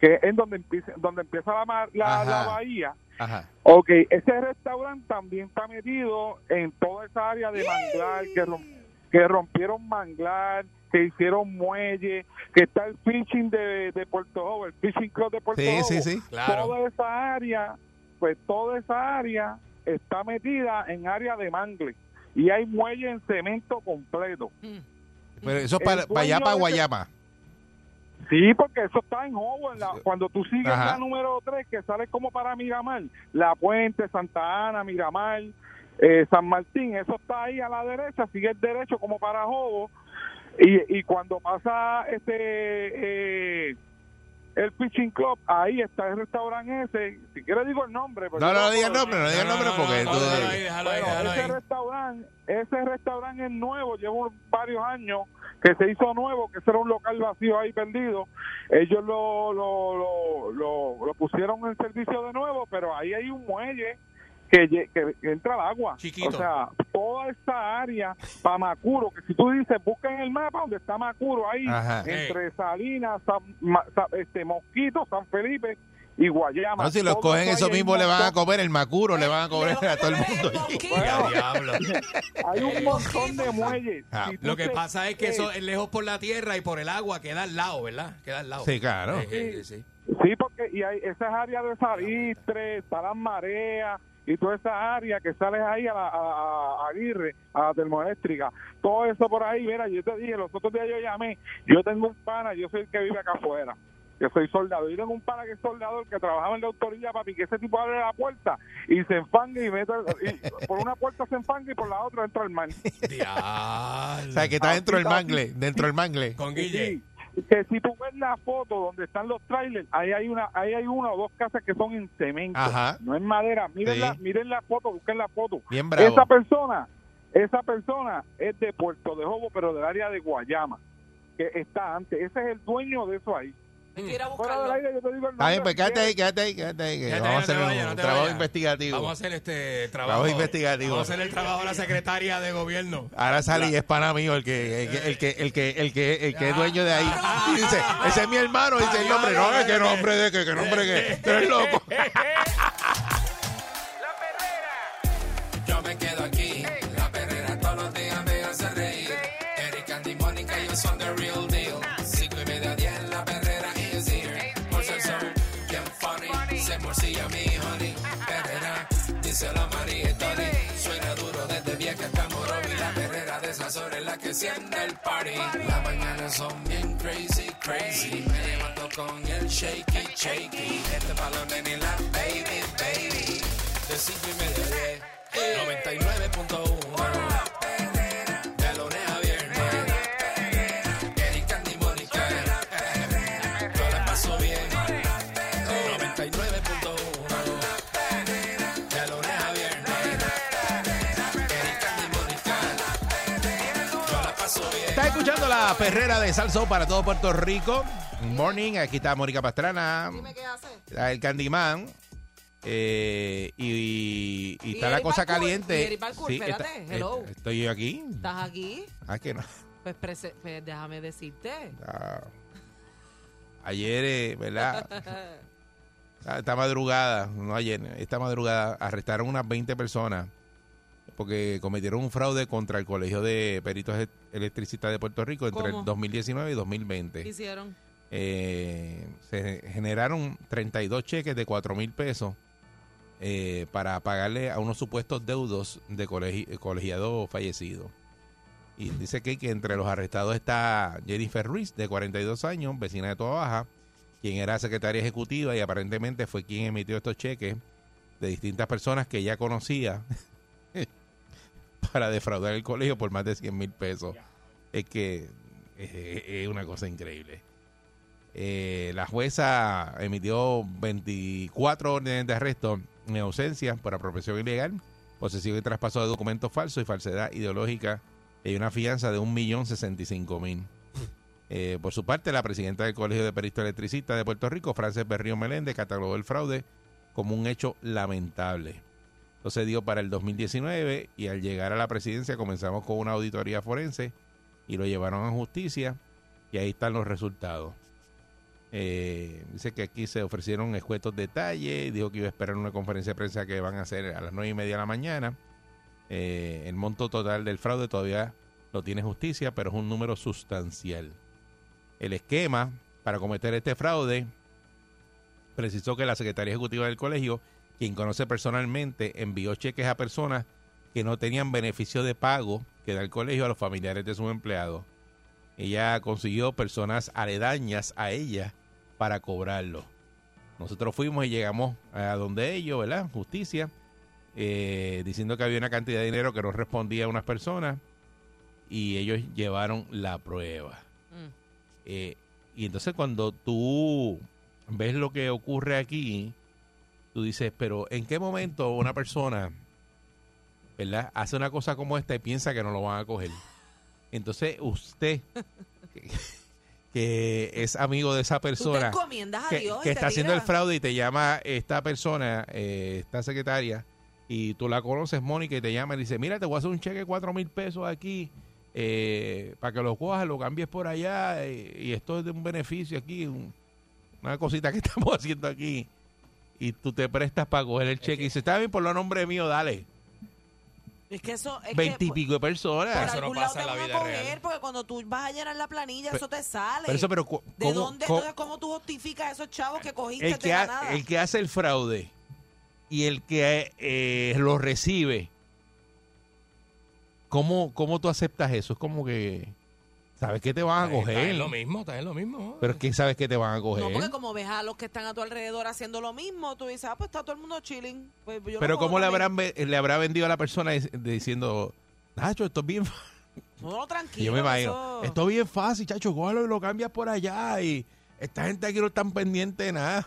Speaker 8: que es donde empieza, donde empieza la, mar- la, la
Speaker 2: Ajá.
Speaker 8: bahía.
Speaker 2: Ajá.
Speaker 8: Ok, ese restaurante también está metido en toda esa área de manglar, que, rom- que rompieron manglar, que hicieron muelle, que está el fishing de, de Puerto Jobo, el fishing club de Puerto
Speaker 2: Sí,
Speaker 8: Jobo.
Speaker 2: sí, sí.
Speaker 4: Claro.
Speaker 8: Toda esa área, pues toda esa área está metida en área de mangle y hay muelle en cemento completo.
Speaker 2: Pero eso es para,
Speaker 8: El
Speaker 2: para allá,
Speaker 8: dueño
Speaker 2: para
Speaker 8: de-
Speaker 2: Guayama.
Speaker 8: Sí, porque eso está en Hobo. en la- cuando tú sigues
Speaker 2: Ajá.
Speaker 8: la número 3, que sale como para Miramar, La Puente, Santa Ana, Miramar, eh, San Martín, eso está ahí a la derecha, sigue el derecho como para Hobo. Y, y cuando pasa este eh, el Pitching Club, ahí está el restaurante ese. Si quieres, digo el nombre. pero
Speaker 2: No,
Speaker 8: yo
Speaker 2: no
Speaker 8: puedo
Speaker 2: digas
Speaker 8: decir.
Speaker 2: nombre, no digas nombre porque...
Speaker 4: no, déjalo ahí,
Speaker 2: tú-
Speaker 4: déjalo ahí,
Speaker 8: Bueno,
Speaker 4: déjalo
Speaker 8: ese
Speaker 4: ahí.
Speaker 8: restaurante, ese restaurante es nuevo, lleva un- varios años que se hizo nuevo, que ese era un local vacío ahí perdido. Ellos lo, lo, lo, lo- lo pusieron en servicio de nuevo, pero ahí hay un muelle que, lle- que- que entra al agua.
Speaker 4: Chiquito.
Speaker 8: O sea, toda esa área para Macuro, que si tú dices, busca en el mapa donde está Macuro, ahí
Speaker 2: Ajá.
Speaker 8: entre Salinas, San- Ma- Sa- este Mosquito, San Felipe y Guayama.
Speaker 2: No, si los
Speaker 8: Todo
Speaker 2: cogen
Speaker 8: eso
Speaker 2: eso
Speaker 8: ahí hay
Speaker 2: mismo
Speaker 8: un
Speaker 2: le van a
Speaker 8: montón-
Speaker 2: comer el macuro, le van a cobrar a todo el mundo.
Speaker 4: Ya, diablo.
Speaker 8: Hay un montón de muelles.
Speaker 2: Ah,
Speaker 8: Si tú
Speaker 4: Lo que
Speaker 8: te-
Speaker 4: pasa
Speaker 8: eh,
Speaker 4: es que eso es lejos por la tierra y por el agua queda al lado, ¿verdad? Queda al lado.
Speaker 2: Sí, claro.
Speaker 4: Eh, eh, eh, sí.
Speaker 8: Sí, porque y hay esas áreas de salitre, está las mareas y toda esa área que sales ahí a, la, a- a- a Aguirre, a la termoeléctrica. Todo eso por ahí, mira, yo te dije, los otros días yo llamé, yo tengo un pana, yo soy el que vive acá afuera. Yo soy soldado. Yo tengo un pana que es soldador que trabajaba en la autoridad, papi, que ese tipo abre la puerta y se enfanga y mete. y por una puerta se enfanga y por la otra entra el man.
Speaker 4: Diablo.
Speaker 2: O sea, que está dentro del mangle, dentro del mangle.
Speaker 4: Con Guille.
Speaker 8: Sí, que si tú ves la foto donde están los trailers, ahí hay una, ahí hay una o dos casas que son en cemento,
Speaker 2: Ajá.
Speaker 8: no en madera. Miren,
Speaker 2: Sí.
Speaker 8: la, miren la foto, busquen la foto.
Speaker 2: Bien bravo.
Speaker 8: Esa persona, esa persona es de Puerto de Jobo, pero del área de Guayama, que está antes. Ese es el dueño de eso ahí.
Speaker 3: Hay que ir a
Speaker 8: Fuera del
Speaker 3: buscarlo.
Speaker 8: aire yo te digo el
Speaker 2: Está bien,
Speaker 8: nombre,
Speaker 2: pues quédate ahí,
Speaker 8: ¿quién
Speaker 2: quédate ahí, quédate ahí. que
Speaker 4: Quédate
Speaker 2: vamos a
Speaker 4: ahí,
Speaker 2: hacer
Speaker 4: no te
Speaker 2: un,
Speaker 4: vayas, no te
Speaker 2: trabajo
Speaker 4: vayas.
Speaker 2: investigativo.
Speaker 4: Vamos a hacer este trabajo.
Speaker 2: Trabajo investigativo.
Speaker 4: Vamos a hacer el trabajo a la secretaria de gobierno.
Speaker 2: Ahora sale y es pana mío el que, el que, el que, el que, el que, el que es dueño de ahí.
Speaker 4: Ah.
Speaker 2: Y dice, ese es mi hermano. Y dice el nombre, no, que nombre de que, que nombre que, tú eres loco.
Speaker 1: Yo me quedo aquí. La perrera todos los días me hace reír. Eric, Andy, Mónica, ellos son the real deal. Cinco y media, diez, la perrera is here. Por ser son bien funny. Se morcilla mi honey. Perrera, dice la María y Tony. Suena duro desde vieja hasta morobi. La perrera de esas horas es la que siente el party. Las mañanas son bien crazy, crazy. Me levanto con el shaky, shaky. Este balón en la baby, baby. De cinco y media, diez. 99.1 La perrera De lunes a viernes Eric, Andy, Mónica Yo la paso bien 99.1 La perrera De lunes a viernes Eric, Andy, Mónica Yo la paso bien
Speaker 2: Está escuchando la perrera de Salso para todo Puerto Rico. Morning, aquí está Mónica Pastrana,
Speaker 3: Dime qué hace.
Speaker 2: está el Candyman. eh, y, y
Speaker 3: Y
Speaker 2: está la
Speaker 3: Eric
Speaker 2: cosa
Speaker 3: Balcour, y
Speaker 2: caliente.
Speaker 3: Eric Balcour,
Speaker 2: está-
Speaker 3: espérate, hello.
Speaker 2: est- estoy yo aquí.
Speaker 3: ¿Estás aquí?
Speaker 2: Ah, que no.
Speaker 3: Pues, prese- pues déjame decirte.
Speaker 2: Ah. Ayer, eh, ¿verdad? Ah, Esta madrugada, no ayer, esta madrugada arrestaron unas 20 personas porque cometieron un fraude contra el Colegio de Peritos E- Electricistas de Puerto Rico entre
Speaker 3: ¿Cómo?
Speaker 2: el 2019 y
Speaker 3: ¿Qué
Speaker 2: 2020.
Speaker 3: hicieron?
Speaker 2: Eh, se generaron 32 cheques de 4 mil pesos eh, para pagarle a unos supuestos deudos de colegi- colegiados fallecidos. Y dice que, que entre los arrestados está Jennifer Ruiz, de 42 años, vecina de Toa Baja, quien era secretaria ejecutiva y aparentemente fue quien emitió estos cheques de distintas personas que ya conocía para defraudar el colegio por más de 100 mil pesos. Es que es, es- es una cosa increíble. Eh, la jueza emitió 24 órdenes de arresto en ausencia por apropiación ilegal, posesión y traspaso de documentos falsos y falsedad ideológica y una fianza de 1.065.000. Eh, por su parte, la presidenta del Colegio de Peritos Electricistas de Puerto Rico, Frances Berrío Meléndez, catalogó el fraude como un hecho lamentable. Lo se dio para el 2019 y al llegar a la presidencia comenzamos con una auditoría forense y lo llevaron a justicia y ahí están los resultados. Eh, dice que aquí se ofrecieron escuetos detalles, dijo que iba a esperar una conferencia de prensa que van a hacer a las nueve y media de la mañana. Eh, el monto total del fraude todavía lo tiene justicia, pero es un número sustancial. El esquema para cometer este fraude precisó que la Secretaría Ejecutiva del Colegio, quien conoce personalmente, envió cheques a personas que no tenían beneficio de pago que da el colegio a los familiares de sus empleados. Ella consiguió personas aledañas a ella para cobrarlo. Nosotros fuimos y llegamos a donde ellos, ¿verdad? Justicia, eh, diciendo que había una cantidad de dinero que no respondía a unas personas y ellos llevaron la prueba.
Speaker 3: Mm.
Speaker 2: Eh, y entonces cuando tú ves lo que ocurre aquí, tú dices, pero ¿en qué momento una persona, ¿verdad? Hace una cosa como esta y piensa que no lo van a coger. Entonces usted, que, que es amigo de esa
Speaker 3: Tú te
Speaker 2: persona,
Speaker 3: encomiendas a
Speaker 2: que,
Speaker 3: Dios. y
Speaker 2: que
Speaker 3: te
Speaker 2: está haciendo el
Speaker 3: tiras.
Speaker 2: fraude y te llama esta persona, eh, esta secretaria, y tú la conoces, Mónica, y te llama y dice, mira, te voy a hacer un cheque de 4 mil pesos aquí eh, para que lo cojas, lo cambies por allá, eh, y esto es de un beneficio aquí, un- una cosita que estamos haciendo aquí. Y tú te prestas para coger el cheque y dice, está bien, por lo nombre mío, dale.
Speaker 3: Es que pues, eso. Es
Speaker 2: Veintipico de
Speaker 3: Que, por-
Speaker 2: personas.
Speaker 4: Eso
Speaker 3: por
Speaker 4: no
Speaker 3: algún
Speaker 4: pasa en
Speaker 3: lado
Speaker 4: la
Speaker 3: te
Speaker 4: vida
Speaker 3: van a coger,
Speaker 4: real.
Speaker 3: porque cuando tú vas a llenar la planilla,
Speaker 2: Pero-
Speaker 3: eso te sale.
Speaker 2: Pero eso, pero cu-
Speaker 3: ¿De
Speaker 2: ¿cómo-
Speaker 3: dónde?
Speaker 2: cómo-
Speaker 3: entonces, ¿cómo tú justificas esos chavos que cogiste
Speaker 2: el
Speaker 3: de
Speaker 2: que,
Speaker 3: la
Speaker 2: ha-
Speaker 3: nada?
Speaker 2: el que hace el fraude y el que eh, lo recibe, ¿cómo, ¿cómo tú aceptas eso? Es como que Sabes que te van a
Speaker 4: Está en
Speaker 2: Ah, coger.
Speaker 4: lo mismo, está en lo mismo.
Speaker 2: Pero es que sabes que te van a
Speaker 3: No, porque
Speaker 2: coger.
Speaker 3: como ves a los que están a tu alrededor haciendo lo mismo, tú dices, ah, pues está todo el mundo chilling. Pues yo lo
Speaker 2: Pero
Speaker 3: cojo
Speaker 2: ¿cómo le,
Speaker 3: también.
Speaker 2: habrán, ve- le habrá vendido a la persona dic- diciendo, Nacho, esto es bien fácil?
Speaker 3: No, no, tranquilo.
Speaker 2: Yo me imagino,
Speaker 3: eso-
Speaker 2: esto es bien fácil, chacho, cógelo y lo cambias por allá. Y esta gente aquí no están pendiente de nada.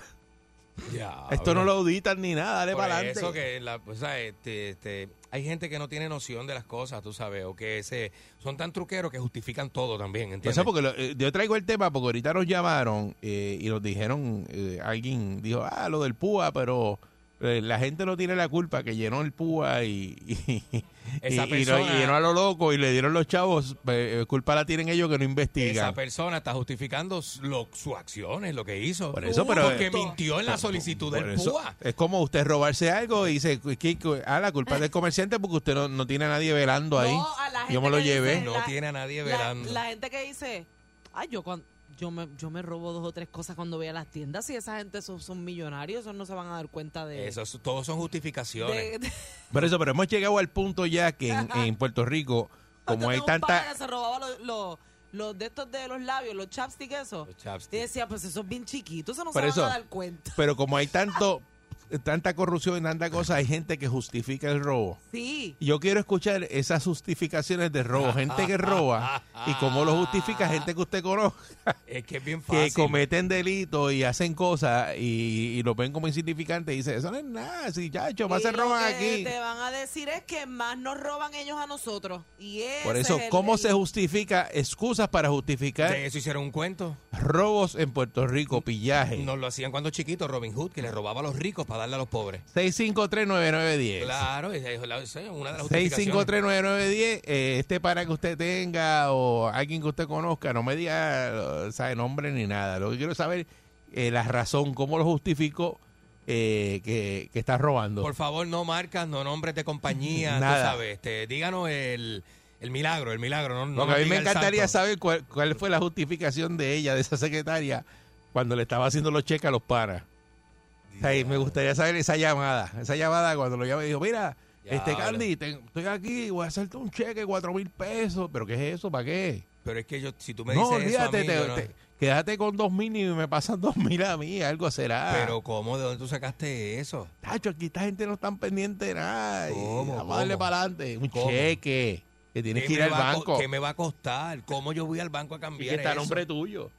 Speaker 4: Ya,
Speaker 2: esto no
Speaker 4: bro.
Speaker 2: lo auditan ni nada, dale
Speaker 4: Por
Speaker 2: para adelante.
Speaker 4: eso que la, o sea, este, este, hay gente que no tiene noción de las cosas, tú sabes, o que se, son tan truqueros que justifican todo también,
Speaker 2: O
Speaker 4: ¿entiendes?
Speaker 2: sea, porque lo- eh, yo traigo el tema porque ahorita nos llamaron eh, y nos dijeron, eh, alguien dijo, ah, lo del púa, pero eh, la gente no tiene la culpa que llenó el púa y, y,
Speaker 4: Esa
Speaker 2: y- y lo
Speaker 4: persona-
Speaker 2: llenó a lo loco y le dieron los chavos, eh, eh, culpa la tienen ellos que no investigan.
Speaker 4: Esa persona está justificando s- lo- sus acciones, lo que hizo.
Speaker 2: Por eso, pero-
Speaker 4: Porque mintió en la solicitud
Speaker 2: Por
Speaker 4: del
Speaker 2: eso,
Speaker 4: PUA.
Speaker 2: Es como usted robarse algo y dice, "¿Qué- qué- ah, la culpa es del comerciante porque usted no, no tiene a nadie velando ahí.
Speaker 3: No, a la gente
Speaker 2: Yo me lo
Speaker 3: que dice,
Speaker 2: llevé.
Speaker 4: No
Speaker 3: la-
Speaker 4: tiene a nadie
Speaker 3: la-
Speaker 4: velando.
Speaker 3: La, gente que dice, ay, yo cuando, yo me, yo me robo dos o tres cosas cuando voy a las tiendas y esa gente son, son millonarios, esos no se van a dar cuenta de
Speaker 4: Eso, es- todos son justificaciones.
Speaker 3: de- de-
Speaker 2: Por eso, pero hemos llegado al punto ya que en, en Puerto Rico, como
Speaker 3: Yo
Speaker 2: hay
Speaker 3: tengo un pana
Speaker 2: tanta...
Speaker 3: que se robaba los, los, los de estos de los labios, los chapstick eso.
Speaker 4: Los
Speaker 3: Y
Speaker 4: chapsticks.
Speaker 3: decía, pues eso es bien chiquito, eso no
Speaker 2: Por
Speaker 3: se
Speaker 2: eso.
Speaker 3: van a dar cuenta.
Speaker 2: Pero como hay tanto, tanta corrupción y tanta cosa, hay gente que justifica el robo.
Speaker 3: Sí.
Speaker 2: Y Yo quiero escuchar esas justificaciones de robo, gente que roba y cómo lo justifica gente que usted conoce,
Speaker 4: Es que es bien
Speaker 2: que
Speaker 4: fácil.
Speaker 2: cometen delitos y hacen cosas y, y lo ven como insignificante y dice, eso no es nada, si chacho, más
Speaker 3: Y
Speaker 2: se
Speaker 3: lo
Speaker 2: roban
Speaker 3: que
Speaker 2: aquí.
Speaker 3: Te van a decir es que más nos roban ellos a nosotros. Y ese
Speaker 2: Por eso,
Speaker 3: es el-
Speaker 2: ¿cómo
Speaker 3: el-
Speaker 2: se justifica excusas para justificar
Speaker 4: De eso hicieron un cuento.
Speaker 2: robos en Puerto Rico, pillaje?
Speaker 4: Nos lo hacían cuando chiquito Robin Hood, que le robaba a los ricos para darle a los pobres.
Speaker 2: 6539910.
Speaker 4: Claro, esa es la- esa es una de las justificaciones.
Speaker 2: 6539910, eh, este para que usted tenga o alguien que usted conozca, no me diga eh, sabe, nombre ni nada. Lo que quiero saber eh, la razón, cómo lo justificó eh, que, que está robando.
Speaker 4: Por favor, no marcas, no nombres de compañía, tú
Speaker 2: Nada.
Speaker 4: sabes. Este, díganos el, el milagro, el milagro. No, no
Speaker 2: Porque a
Speaker 4: nos
Speaker 2: mí me
Speaker 4: diga el
Speaker 2: encantaría
Speaker 4: santo.
Speaker 2: saber cuál, cuál fue la justificación de ella, de esa secretaria, cuando le estaba haciendo los cheques a los panas. O sea, y me gustaría saber esa llamada. Esa llamada cuando lo llamé dijo, mira,
Speaker 4: Ya,
Speaker 2: este
Speaker 4: habla.
Speaker 2: Candy, te- estoy aquí, voy a hacerte un cheque, cuatro mil pesos. ¿Pero qué es eso? ¿Para qué?
Speaker 4: Pero es que yo, si tú me
Speaker 2: No,
Speaker 4: dices eso
Speaker 2: olvídate,
Speaker 4: a mí,
Speaker 2: te-
Speaker 4: yo no-
Speaker 2: te- quédate con dos mil y me pasan dos mil a mí, algo será.
Speaker 4: Pero ¿cómo? ¿De dónde tú sacaste eso?
Speaker 2: Tacho, aquí esta gente no están pendiente de nada. y
Speaker 4: ¿Cómo,
Speaker 2: Vamos a darle
Speaker 4: cómo?
Speaker 2: para adelante. Un
Speaker 4: ¿Cómo?
Speaker 2: cheque que tienes que ir
Speaker 4: me
Speaker 2: al
Speaker 4: va a co-
Speaker 2: banco.
Speaker 4: ¿Qué me va a costar? ¿Cómo yo voy al banco a
Speaker 2: Y
Speaker 4: cambiar
Speaker 2: que está a
Speaker 4: eso?
Speaker 2: nombre tuyo.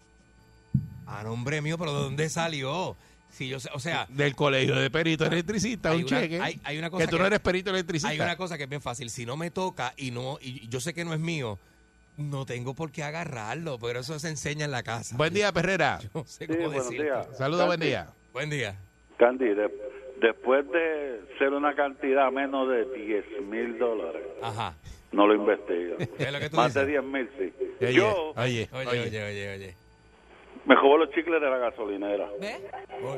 Speaker 4: A nombre mío, pero ¿de dónde salió? Si yo, sé- o sea,
Speaker 2: Del colegio de peritos electricistas,
Speaker 4: Hay
Speaker 2: un
Speaker 4: una-
Speaker 2: cheque.
Speaker 4: hay- hay una cosa
Speaker 2: que tú
Speaker 4: que-
Speaker 2: no eres perito electricista.
Speaker 4: hay una cosa que es bien fácil. Si no me toca y no y yo sé que no es mío, no tengo por qué agarrarlo, pero eso se enseña en la casa.
Speaker 2: Buen día, Perrera.
Speaker 4: No sé
Speaker 9: Sí,
Speaker 4: cómo
Speaker 9: buenos
Speaker 4: decirte.
Speaker 9: días.
Speaker 2: Saludos, buen día.
Speaker 4: Buen día.
Speaker 9: Candy, de- después de ser una cantidad menos de 10 mil dólares,
Speaker 4: Ajá.
Speaker 9: no lo investigan.
Speaker 4: ¿Qué es lo que tú
Speaker 9: Más de
Speaker 4: dices?
Speaker 9: 10 mil, sí.
Speaker 2: Oye,
Speaker 9: Yo
Speaker 2: oye,
Speaker 4: Oye,
Speaker 2: oye.
Speaker 4: oye, oye, oye.
Speaker 9: me robo los chicles de la gasolinera
Speaker 3: ¿Ves?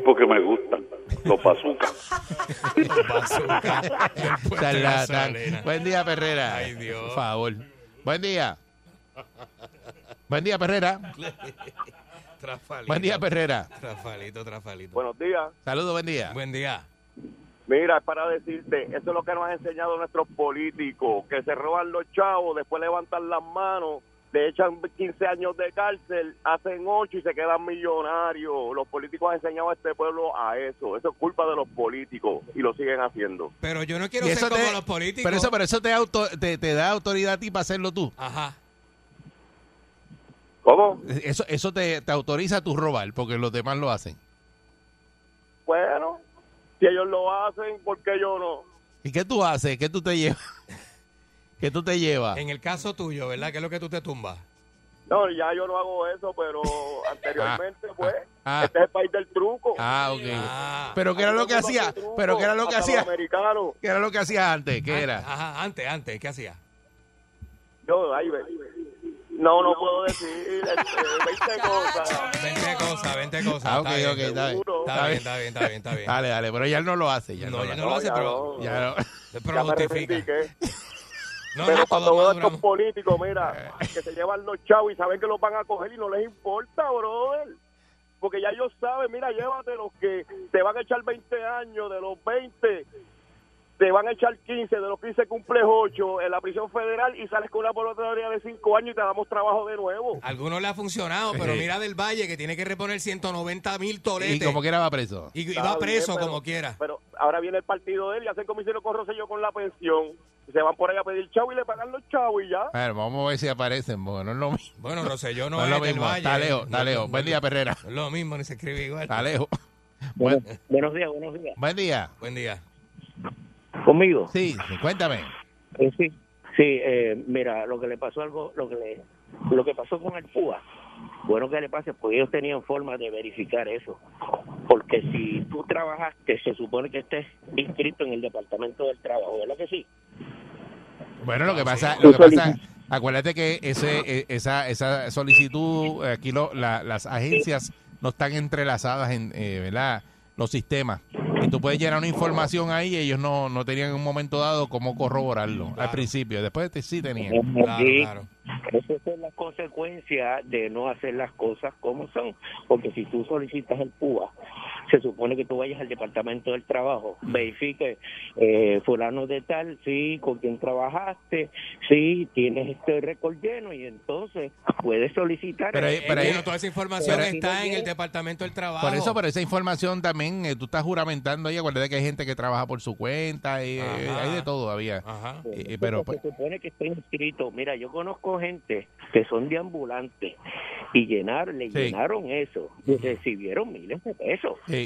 Speaker 9: porque me gustan los bazookas.
Speaker 4: Bazooka. Después de
Speaker 2: Charlatán.
Speaker 4: gasolina.
Speaker 2: Buen día, Perrera.
Speaker 4: Ay, Dios.
Speaker 2: Por favor. Buen día. Buen día, Perrera.
Speaker 4: Trafalito.
Speaker 2: Buen día, Perrera.
Speaker 4: Trafalito, trafalito.
Speaker 5: Buenos días.
Speaker 2: Saludos, buen día.
Speaker 4: Buen día.
Speaker 5: Mira, es para decirte, eso es lo que nos han enseñado nuestros políticos, que se roban los chavos, después levantan las manos, le echan 15 años de cárcel, hacen 8 y se quedan millonarios. Los políticos han enseñado a este pueblo a eso. Eso es culpa de los políticos y lo siguen haciendo.
Speaker 4: Pero yo no quiero
Speaker 2: Y
Speaker 4: ser como
Speaker 2: te-
Speaker 4: los políticos.
Speaker 2: Pero eso, pero eso te, auto- te, te da autoridad a ti para hacerlo tú.
Speaker 4: Ajá.
Speaker 5: ¿Cómo?
Speaker 2: Eso, eso te, te autoriza a tu robar, porque los demás lo hacen.
Speaker 5: Bueno, si ellos lo hacen, ¿por qué yo no?
Speaker 2: ¿Y qué tú haces? ¿Qué tú te llevas? ¿Qué tú te llevas?
Speaker 4: En el caso tuyo, ¿verdad? ¿Qué es lo que tú te tumbas?
Speaker 5: No, ya yo no hago eso, pero anteriormente, pues,
Speaker 2: ah.
Speaker 5: este es el país del truco.
Speaker 2: Ah, ok.
Speaker 4: Ah.
Speaker 2: pero ¿qué era lo que
Speaker 5: Hacen
Speaker 2: hacía?
Speaker 5: truco,
Speaker 2: Pero ¿qué era lo que
Speaker 5: hasta los
Speaker 2: hacía?
Speaker 5: americanos.
Speaker 2: ¿Qué era lo que hacía antes? ¿Qué era?
Speaker 4: Ah, Ajá, antes, antes, ¿qué hacía?
Speaker 5: Yo, ay, ve- no, no puedo decir este, 20 cosas.
Speaker 4: Vente cosas, vente cosas.
Speaker 2: Ah, ok,
Speaker 4: Está bien,
Speaker 2: ok, está bien.
Speaker 5: seguro.
Speaker 4: Está bien, está bien, está bien, está bien.
Speaker 2: Dale, dale, pero ya él no lo hace. Ya
Speaker 4: No,
Speaker 2: no,
Speaker 4: ya
Speaker 2: lo
Speaker 4: no lo hace,
Speaker 5: ya
Speaker 4: pero,
Speaker 5: no.
Speaker 2: hace. Ya no-
Speaker 4: pero
Speaker 5: Ya me
Speaker 4: justifica.
Speaker 5: reivindiqué.
Speaker 4: No,
Speaker 5: Pero
Speaker 4: no, Eh.
Speaker 5: cuando veo a
Speaker 4: todos
Speaker 5: estos
Speaker 4: maduramos.
Speaker 5: políticos, mira, que se llevan los chavos y saben que los van a coger y no les importa, brother. Porque ya ellos saben, mira, llévate los que te van a echar 20 años, de los 20,
Speaker 10: te van a echar 15, de los 15 cumples 8 en la prisión federal y sales con una volatoria de 5 años y te damos trabajo de nuevo.
Speaker 4: Algunos le ha funcionado, pero
Speaker 2: Sí.
Speaker 4: mira del Valle que tiene que reponer 190 mil toletes.
Speaker 2: Y como quiera va preso.
Speaker 4: Y- y
Speaker 10: Está
Speaker 4: va preso
Speaker 10: bien, pero-
Speaker 4: como quiera.
Speaker 11: pues-
Speaker 10: Pero ahora viene el partido de él y hacen como hicieron con Rosselló con la pensión. Se van por ahí a pedir chavo y le pagan los chavos y ya.
Speaker 2: A ver, vamos a ver si aparecen, porque no es lo mismo.
Speaker 4: Bueno, Rosselló no,
Speaker 2: No es
Speaker 4: es
Speaker 2: lo
Speaker 4: del
Speaker 2: mismo.
Speaker 4: Valle.
Speaker 2: Está lejos, está
Speaker 4: No-
Speaker 2: lejos.
Speaker 4: no-
Speaker 2: Buen día, Perrera.
Speaker 4: no es lo mismo, ni se escribe igual.
Speaker 2: Está lejos. Buen,
Speaker 11: Buenos días, buenos días.
Speaker 2: buen día.
Speaker 4: Buen día.
Speaker 11: ¿Conmigo?
Speaker 2: Sí, sí, cuéntame.
Speaker 11: Eh, sí, sí eh, mira, lo que le pasó algo, lo que le, lo que pasó con el PUA, bueno que le pase, porque ellos tenían forma de verificar eso. Porque si tú trabajaste, se supone que estés inscrito en el Departamento del Trabajo, ¿verdad que sí?
Speaker 2: Bueno, lo que pasa,
Speaker 11: sí.
Speaker 2: lo que pasa, acuérdate que ese, eh, esa, esa solicitud, eh, aquí lo- la- las agencias no están entrelazadas en, eh, ¿verdad? Los sistemas. Y tú puedes llenar una información ahí y ellos no, no tenían en un momento dado cómo corroborarlo al principio. Después te- sí tenían.
Speaker 11: Sí. Esas son las consecuencias de no hacer las cosas como son. Porque si tú solicitas el PUA, se supone que tú vayas al Departamento del Trabajo, verifique eh, fulano de tal, sí, con quién trabajaste, sí, tienes este récord lleno y entonces puedes solicitar...
Speaker 2: Pero ahí- pero ahí-
Speaker 4: Bueno, toda esa información
Speaker 2: Pero-
Speaker 4: está en el Departamento del Trabajo.
Speaker 2: Por eso, pero esa información también, eh, tú estás juramentando ahí, acuérdate que hay gente que trabaja por su cuenta, y, eh,
Speaker 11: Ajá.
Speaker 2: hay de todo todavía. Eh, eh, pero pues,
Speaker 11: se supone que está inscrito. Mira, yo conozco gente que son de ambulantes y llenar, le
Speaker 2: Sí.
Speaker 11: llenaron eso y recibieron miles de pesos.
Speaker 2: sí.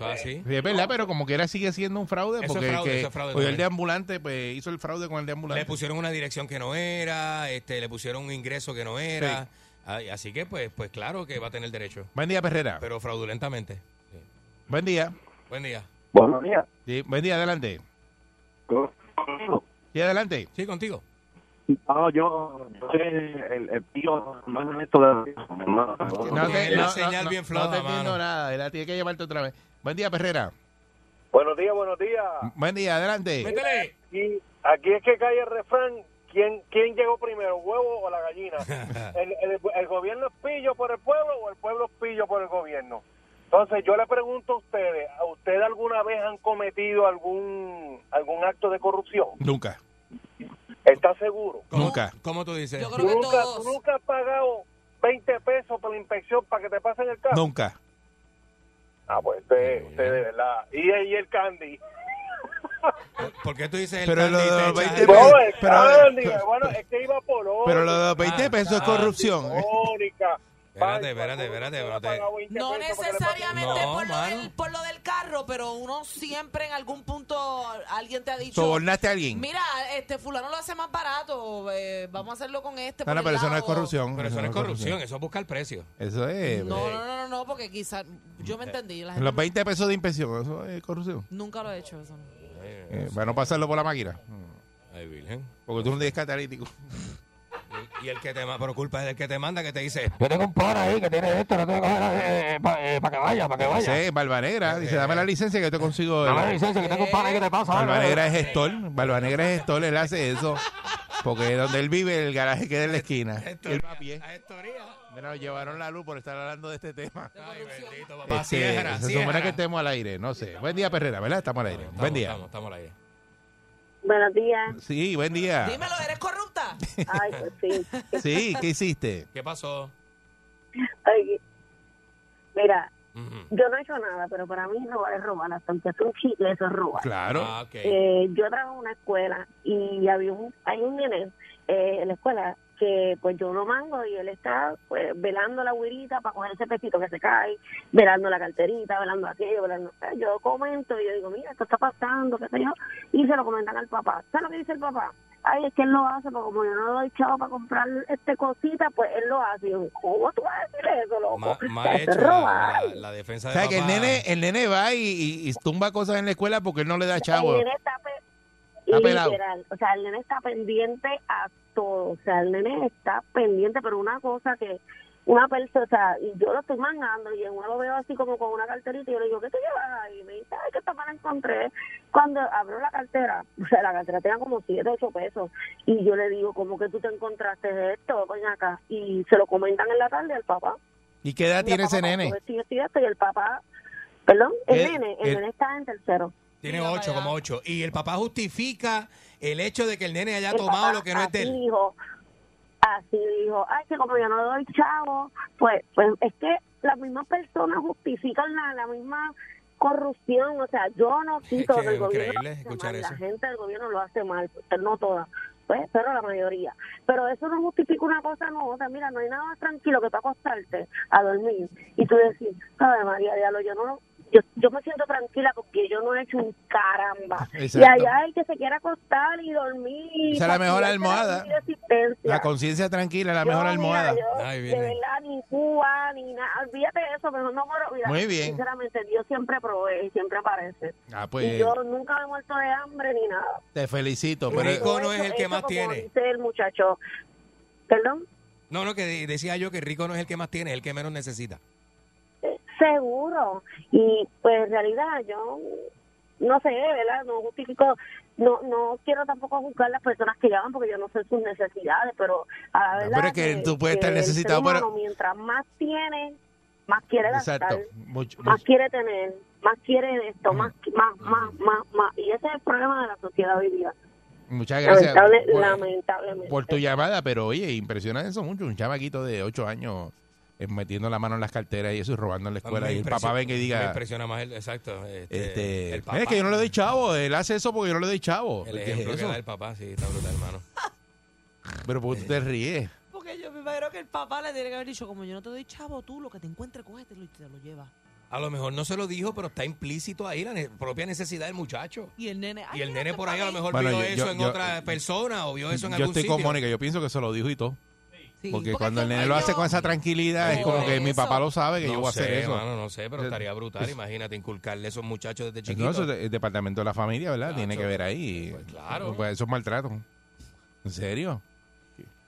Speaker 4: así?
Speaker 2: Sí, es verdad, pero como quiera sigue siendo un fraude,
Speaker 4: Eso es
Speaker 2: porque el
Speaker 4: fraude,
Speaker 2: que-
Speaker 4: eso es fraude
Speaker 2: o el
Speaker 4: también.
Speaker 2: de ambulante pues hizo el fraude con el de ambulante.
Speaker 4: Le pusieron una dirección que no era, este, le pusieron un ingreso que no era. Ay, Así que, pues, pues claro que va a tener derecho.
Speaker 2: Buen día, Perrera.
Speaker 4: Pero fraudulentamente.
Speaker 2: Buen día.
Speaker 4: Buen día.
Speaker 2: Buenos días. buen día, adelante. Sí, adelante.
Speaker 4: Sí, contigo.
Speaker 12: No, yo, yo soy el, el- el tío más honesto de la vida, mi hermano.
Speaker 2: no, no te entiendo nada, la tiene que llevarte otra vez. Buen día, Perrera.
Speaker 13: Buenos días, buenos días.
Speaker 4: Ah.
Speaker 2: Buen día, adelante.
Speaker 13: Aquí, aquí es que cae el refrán. ¿Quién, ¿Quién llegó primero, el huevo o la gallina? ¿El, el, el gobierno es pillo por el pueblo o el pueblo es pillo por el gobierno? Entonces, yo le pregunto a ustedes, ¿a ustedes alguna vez han cometido algún algún acto de corrupción?
Speaker 2: Nunca,
Speaker 13: ¿Estás seguro?
Speaker 2: nunca.
Speaker 4: ¿Cómo tú dices?
Speaker 13: ¿Tú nunca, tú nunca has pagado 20 pesos por la inspección para que te pasen el carro?
Speaker 2: Nunca.
Speaker 13: Ah, pues usted, usted de verdad. Y, y el candy.
Speaker 4: ¿Por qué tú dices el
Speaker 2: Pero lo
Speaker 4: candy
Speaker 2: de
Speaker 4: te
Speaker 2: los
Speaker 4: echas
Speaker 2: 20
Speaker 4: el-
Speaker 2: pesos-
Speaker 13: No, el
Speaker 2: Eh, pero-
Speaker 13: candy.
Speaker 2: pero-
Speaker 13: bueno, es que iba por hora.
Speaker 2: Pero lo de los
Speaker 4: Ah,
Speaker 2: 20 pesos es corrupción. ¿eh?
Speaker 13: Mónica. pues,
Speaker 4: Espérate, espérate, espérate. espérate.
Speaker 3: No necesariamente
Speaker 4: No,
Speaker 3: por, lo
Speaker 4: mano.
Speaker 3: del, por lo del carro, pero uno siempre en algún punto alguien te ha dicho.
Speaker 2: Sobornaste a alguien.
Speaker 3: Mira, este fulano lo hace más barato, eh, vamos a hacerlo con este.
Speaker 2: No,
Speaker 3: por
Speaker 2: no,
Speaker 3: el
Speaker 2: pero eso no es
Speaker 3: lado".
Speaker 2: corrupción.
Speaker 4: Pero eso no es corrupción, eso busca el precio.
Speaker 2: Eso es.
Speaker 3: No, no,
Speaker 2: eh,
Speaker 3: no, no, no, porque quizás yo me entendí. La gente
Speaker 2: Los 20 pesos de inspección, eso es corrupción.
Speaker 3: nunca lo he hecho eso.
Speaker 2: Eh, para no pasarlo por la máquina.
Speaker 4: Ay, virgen.
Speaker 2: Porque tú no tienes catalítico.
Speaker 4: Y el que te manda, por culpa del que te manda, que te dice,
Speaker 12: Yo tengo un par ahí que tiene esto, no tengo que coger eh, para que vaya, para que
Speaker 2: No
Speaker 12: vaya.
Speaker 2: sé, Barbanegra. Dice, dame la licencia que yo te consigo.
Speaker 12: Dame
Speaker 2: el-
Speaker 12: la licencia que tengo un par ahí que te pasa.
Speaker 2: Barbanegra es gestor. Barbanegra es gestor, él hace eso. Porque donde él vive, el garaje queda en la esquina. Y él va a pie. Mira, nos llevaron la luz por estar hablando de este tema.
Speaker 4: Ay, bendito, papá.
Speaker 2: Este,
Speaker 4: Cierra,
Speaker 2: se
Speaker 4: cierra.
Speaker 2: supone que estemos al aire, no sé. Buen día, Perrera, ¿verdad? Estamos al aire. buen día.
Speaker 4: Estamos, estamos al aire.
Speaker 14: Buenos días.
Speaker 2: Sí, buen día.
Speaker 3: Dímelo, ¿eres corrupta?
Speaker 14: Ay, pues sí.
Speaker 2: Sí, ¿qué hiciste?
Speaker 4: ¿Qué pasó?
Speaker 14: Ay, mira, yo no he hecho nada, pero para mí no es robar. Hasta aunque es un chicle, eso es robar.
Speaker 2: Claro.
Speaker 4: Ah, ok.
Speaker 14: Eh, yo trabajo en una escuela y había un, hay un nene eh, en la escuela que pues yo lo mango y él está pues velando la güirita para coger ese pesito que se cae, velando la carterita, velando aquello, velando... Yo comento y yo digo, mira, esto está pasando, qué sé yo, y se lo comentan al papá. ¿Sabes lo que dice el papá? Ay, es que él lo hace, porque como yo no lo he echado para comprar este cosita, pues él lo hace. Y yo, ¿cómo tú vas a decir eso, loco?
Speaker 4: Ma- mal
Speaker 14: Eso es
Speaker 4: hecho la,
Speaker 14: robar.
Speaker 4: la- la defensa
Speaker 2: O
Speaker 4: de
Speaker 2: sea, que el
Speaker 4: papá.
Speaker 2: nene, el nene va y, y- y tumba cosas en la escuela porque él no le da chavo.
Speaker 14: El nene está, pe-
Speaker 2: Está pelado.
Speaker 14: literal, o sea, el nene está pendiente a todo, o sea, el nene está pendiente, pero una cosa que una persona, o sea, y yo lo estoy mangando y en uno lo veo así como con una carterita y yo le digo, ¿qué te llevas ahí? Y me dice, ay, que esta me la encontré. Cuando abro la cartera, o sea, la cartera tenía como 7, 8 pesos y yo le digo, ¿cómo que tú te encontraste esto? Ven acá. Y se lo comentan en la tarde al papá.
Speaker 2: ¿Y qué edad tiene ese
Speaker 14: Papá,
Speaker 2: nene?
Speaker 14: esto y esto y esto, y el papá, perdón, el,
Speaker 2: El-
Speaker 14: nene, el
Speaker 2: el-
Speaker 14: nene está en tercero.
Speaker 4: Tiene ocho, como ocho. Y el papá justifica el hecho de que el nene haya
Speaker 14: El
Speaker 4: tomado
Speaker 14: papá
Speaker 4: lo que no es de
Speaker 14: así
Speaker 4: él.
Speaker 14: dijo, así dijo, ay, que como yo no le doy chavo, pues, pues es que las mismas personas justifican la, la misma corrupción, o sea, yo no quito
Speaker 4: que
Speaker 14: que el
Speaker 4: es
Speaker 14: gobierno
Speaker 4: increíble
Speaker 14: lo hace
Speaker 4: escuchar
Speaker 14: mal,
Speaker 4: eso.
Speaker 14: la gente del gobierno lo hace mal, no todas, pues, pero la mayoría. Pero eso no justifica una cosa no otra, mira, no hay nada más tranquilo que tú acostarte a dormir y tú decir, ay María, diablo, yo no yo, yo me siento tranquila porque yo no he hecho un caramba. Y
Speaker 2: Exacto.
Speaker 14: allá el que se quiera acostar y dormir.
Speaker 2: Esa es la mejor
Speaker 14: fastidiarse
Speaker 2: almohada.
Speaker 14: vida existencia.
Speaker 2: La conciencia tranquila, la
Speaker 14: Yo,
Speaker 2: mejor almohada.
Speaker 14: mira, yo, de verdad, ni Cuba, ni nada. Olvídate de eso, mejor no muero. Mira,
Speaker 2: Muy bien.
Speaker 14: Sinceramente, Dios siempre provee, siempre aparece.
Speaker 2: Ah, pues
Speaker 14: Y yo nunca me he muerto de hambre ni nada.
Speaker 2: te felicito.
Speaker 4: El
Speaker 2: Pero
Speaker 4: rico no es
Speaker 14: Eso-
Speaker 4: el que
Speaker 14: eso
Speaker 4: más
Speaker 14: como
Speaker 4: tiene.
Speaker 14: Dice el muchacho. ¿Perdón?
Speaker 4: No, no, que de- decía yo que el rico no es el que más tiene, es el que menos necesita.
Speaker 14: Seguro. Y pues en realidad yo no sé, ¿verdad? No justifico, no no quiero tampoco juzgar las personas que llaman porque yo no sé sus necesidades, pero a la verdad
Speaker 2: pero es que tú puedes estar
Speaker 14: el ser
Speaker 2: necesitado,
Speaker 14: humano,
Speaker 2: pero-
Speaker 14: mientras más tiene, más quiere gastar,
Speaker 2: Exacto. Mucho-
Speaker 14: más quiere tener, más quiere esto, más, más, más, más, más. Y ese es el problema de la sociedad hoy día.
Speaker 2: muchas gracias
Speaker 14: Lamentable-
Speaker 2: por,
Speaker 14: lamentablemente.
Speaker 2: por tu llamada, pero oye, impresiona eso mucho. Un chamaquito de 8 años eh, metiendo la mano en las carteras y eso y robando en la escuela.
Speaker 4: Me
Speaker 2: Y el
Speaker 4: impresiona-
Speaker 2: papá venga y
Speaker 4: Me
Speaker 2: diga,
Speaker 4: impresiona más el. Exacto. Este, el
Speaker 2: este, "Mira, es
Speaker 4: papá.
Speaker 2: que yo no le doy chavo, él hace eso porque yo no le doy chavo.
Speaker 4: El
Speaker 2: ¿Qué es
Speaker 4: ejemplo que
Speaker 2: eso?
Speaker 4: da el Eh, papá, sí, está brutal, hermano.
Speaker 2: Pero porque tú te ríes.
Speaker 3: Porque yo me imagino que el papá le tiene que haber dicho, como yo no te doy chavo, tú lo que te encuentres, cógetelo y te lo llevas.
Speaker 4: A lo mejor no se lo dijo, pero está implícito ahí la ne- propia necesidad del muchacho.
Speaker 3: Y el nene, ay,
Speaker 4: Y el
Speaker 3: mira,
Speaker 4: nene
Speaker 3: te
Speaker 4: por ahí a lo
Speaker 3: pagué.
Speaker 4: mejor
Speaker 2: Bueno,
Speaker 4: vio
Speaker 2: yo-
Speaker 4: eso
Speaker 2: yo-
Speaker 4: en
Speaker 2: yo-
Speaker 4: otra persona o vio eso en
Speaker 2: Yo
Speaker 4: algún
Speaker 2: estoy
Speaker 4: sitio.
Speaker 2: con Mónica, yo pienso que se lo dijo y todo.
Speaker 3: Sí,
Speaker 2: porque,
Speaker 3: porque
Speaker 2: cuando el nene
Speaker 3: ay,
Speaker 2: lo hace
Speaker 3: yo-
Speaker 2: con esa tranquilidad, es como que mi papá lo sabe que
Speaker 4: No
Speaker 2: yo voy a hacer
Speaker 4: sé,
Speaker 2: eso.
Speaker 4: mano, no sé, pero
Speaker 2: Eh,
Speaker 4: estaría brutal.
Speaker 2: es-
Speaker 4: Imagínate inculcarle a esos muchachos desde
Speaker 2: No,
Speaker 4: chiquitos.
Speaker 2: eso es el departamento de la familia, ¿verdad? Tiene que ver ahí.
Speaker 4: eh, claro.
Speaker 2: Pues eso es maltrato. ¿En serio?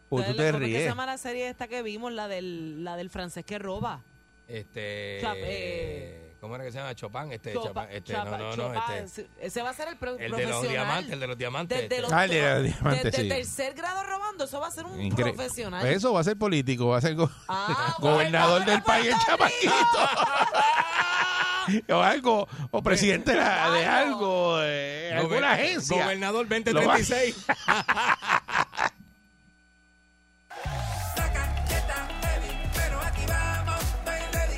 Speaker 2: Pues tú
Speaker 3: ¿Sabes la-
Speaker 2: te
Speaker 3: cómo es que se
Speaker 2: ríes.
Speaker 3: llama la serie esta que vimos, la del, la del francés que roba?
Speaker 4: Este.
Speaker 3: Chap- eh,
Speaker 4: ¿Cómo era que se llama? Chopin. Este,
Speaker 3: Chopa-
Speaker 4: Chopin, este, no,
Speaker 3: Chapa-
Speaker 4: no, no.
Speaker 3: Chopa-
Speaker 4: este,
Speaker 3: Ese va a ser el pro-
Speaker 4: el de
Speaker 3: profesional.
Speaker 4: los diamantes, el de los diamantes.
Speaker 3: Desde
Speaker 4: este.
Speaker 3: los-
Speaker 2: Ah, el de los diamantes,
Speaker 3: desde
Speaker 2: sí.
Speaker 3: tercer grado robando, eso va a ser un
Speaker 2: Incre-
Speaker 3: profesional.
Speaker 2: Pues eso va a ser político, va a ser go-
Speaker 3: Ah, pues,
Speaker 2: gobernador del país, el chamaquito. o algo, o presidente de, la- de algo, eh,
Speaker 4: Gober-
Speaker 2: alguna agencia.
Speaker 4: Gobernador
Speaker 2: Lo va-
Speaker 4: 2036.
Speaker 1: Pero aquí vamos, estoy ready.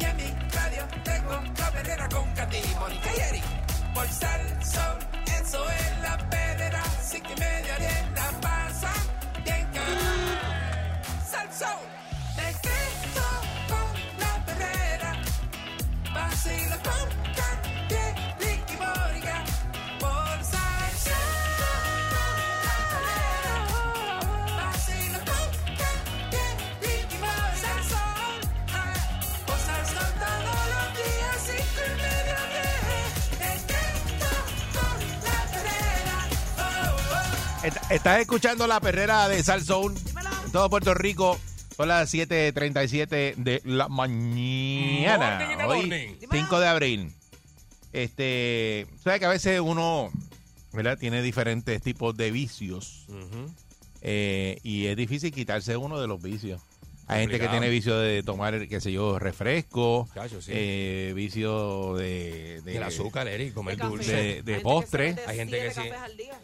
Speaker 1: Y en mi radio tengo la perrera con Katy, Mónica y Eric. Por Salsón, eso es la perrera. Cinco y media diez la pasa bien cabrón. Salsón, me quedo con la perrera. Vacilo con Katy, Eric y Mónica. Por Salsón, vacilo con
Speaker 2: Est- Estás escuchando la perrera de Salsoul en todo Puerto Rico. Son las 7.37 de la mañana.
Speaker 4: Morning in the morning.
Speaker 2: Hoy, 5 de abril. Este, sabes que a veces uno, ¿verdad? Tiene diferentes tipos de vicios. eh, y es difícil quitarse uno de los vicios. Hay gente que
Speaker 4: Complicado.
Speaker 2: tiene vicio de tomar, qué sé yo, refresco,
Speaker 4: Chacho, sí.
Speaker 2: eh, vicio de, de-
Speaker 4: Del azúcar, Eric, comer
Speaker 2: de-
Speaker 4: dulce.
Speaker 2: de, de postre.
Speaker 4: Hay gente que sí.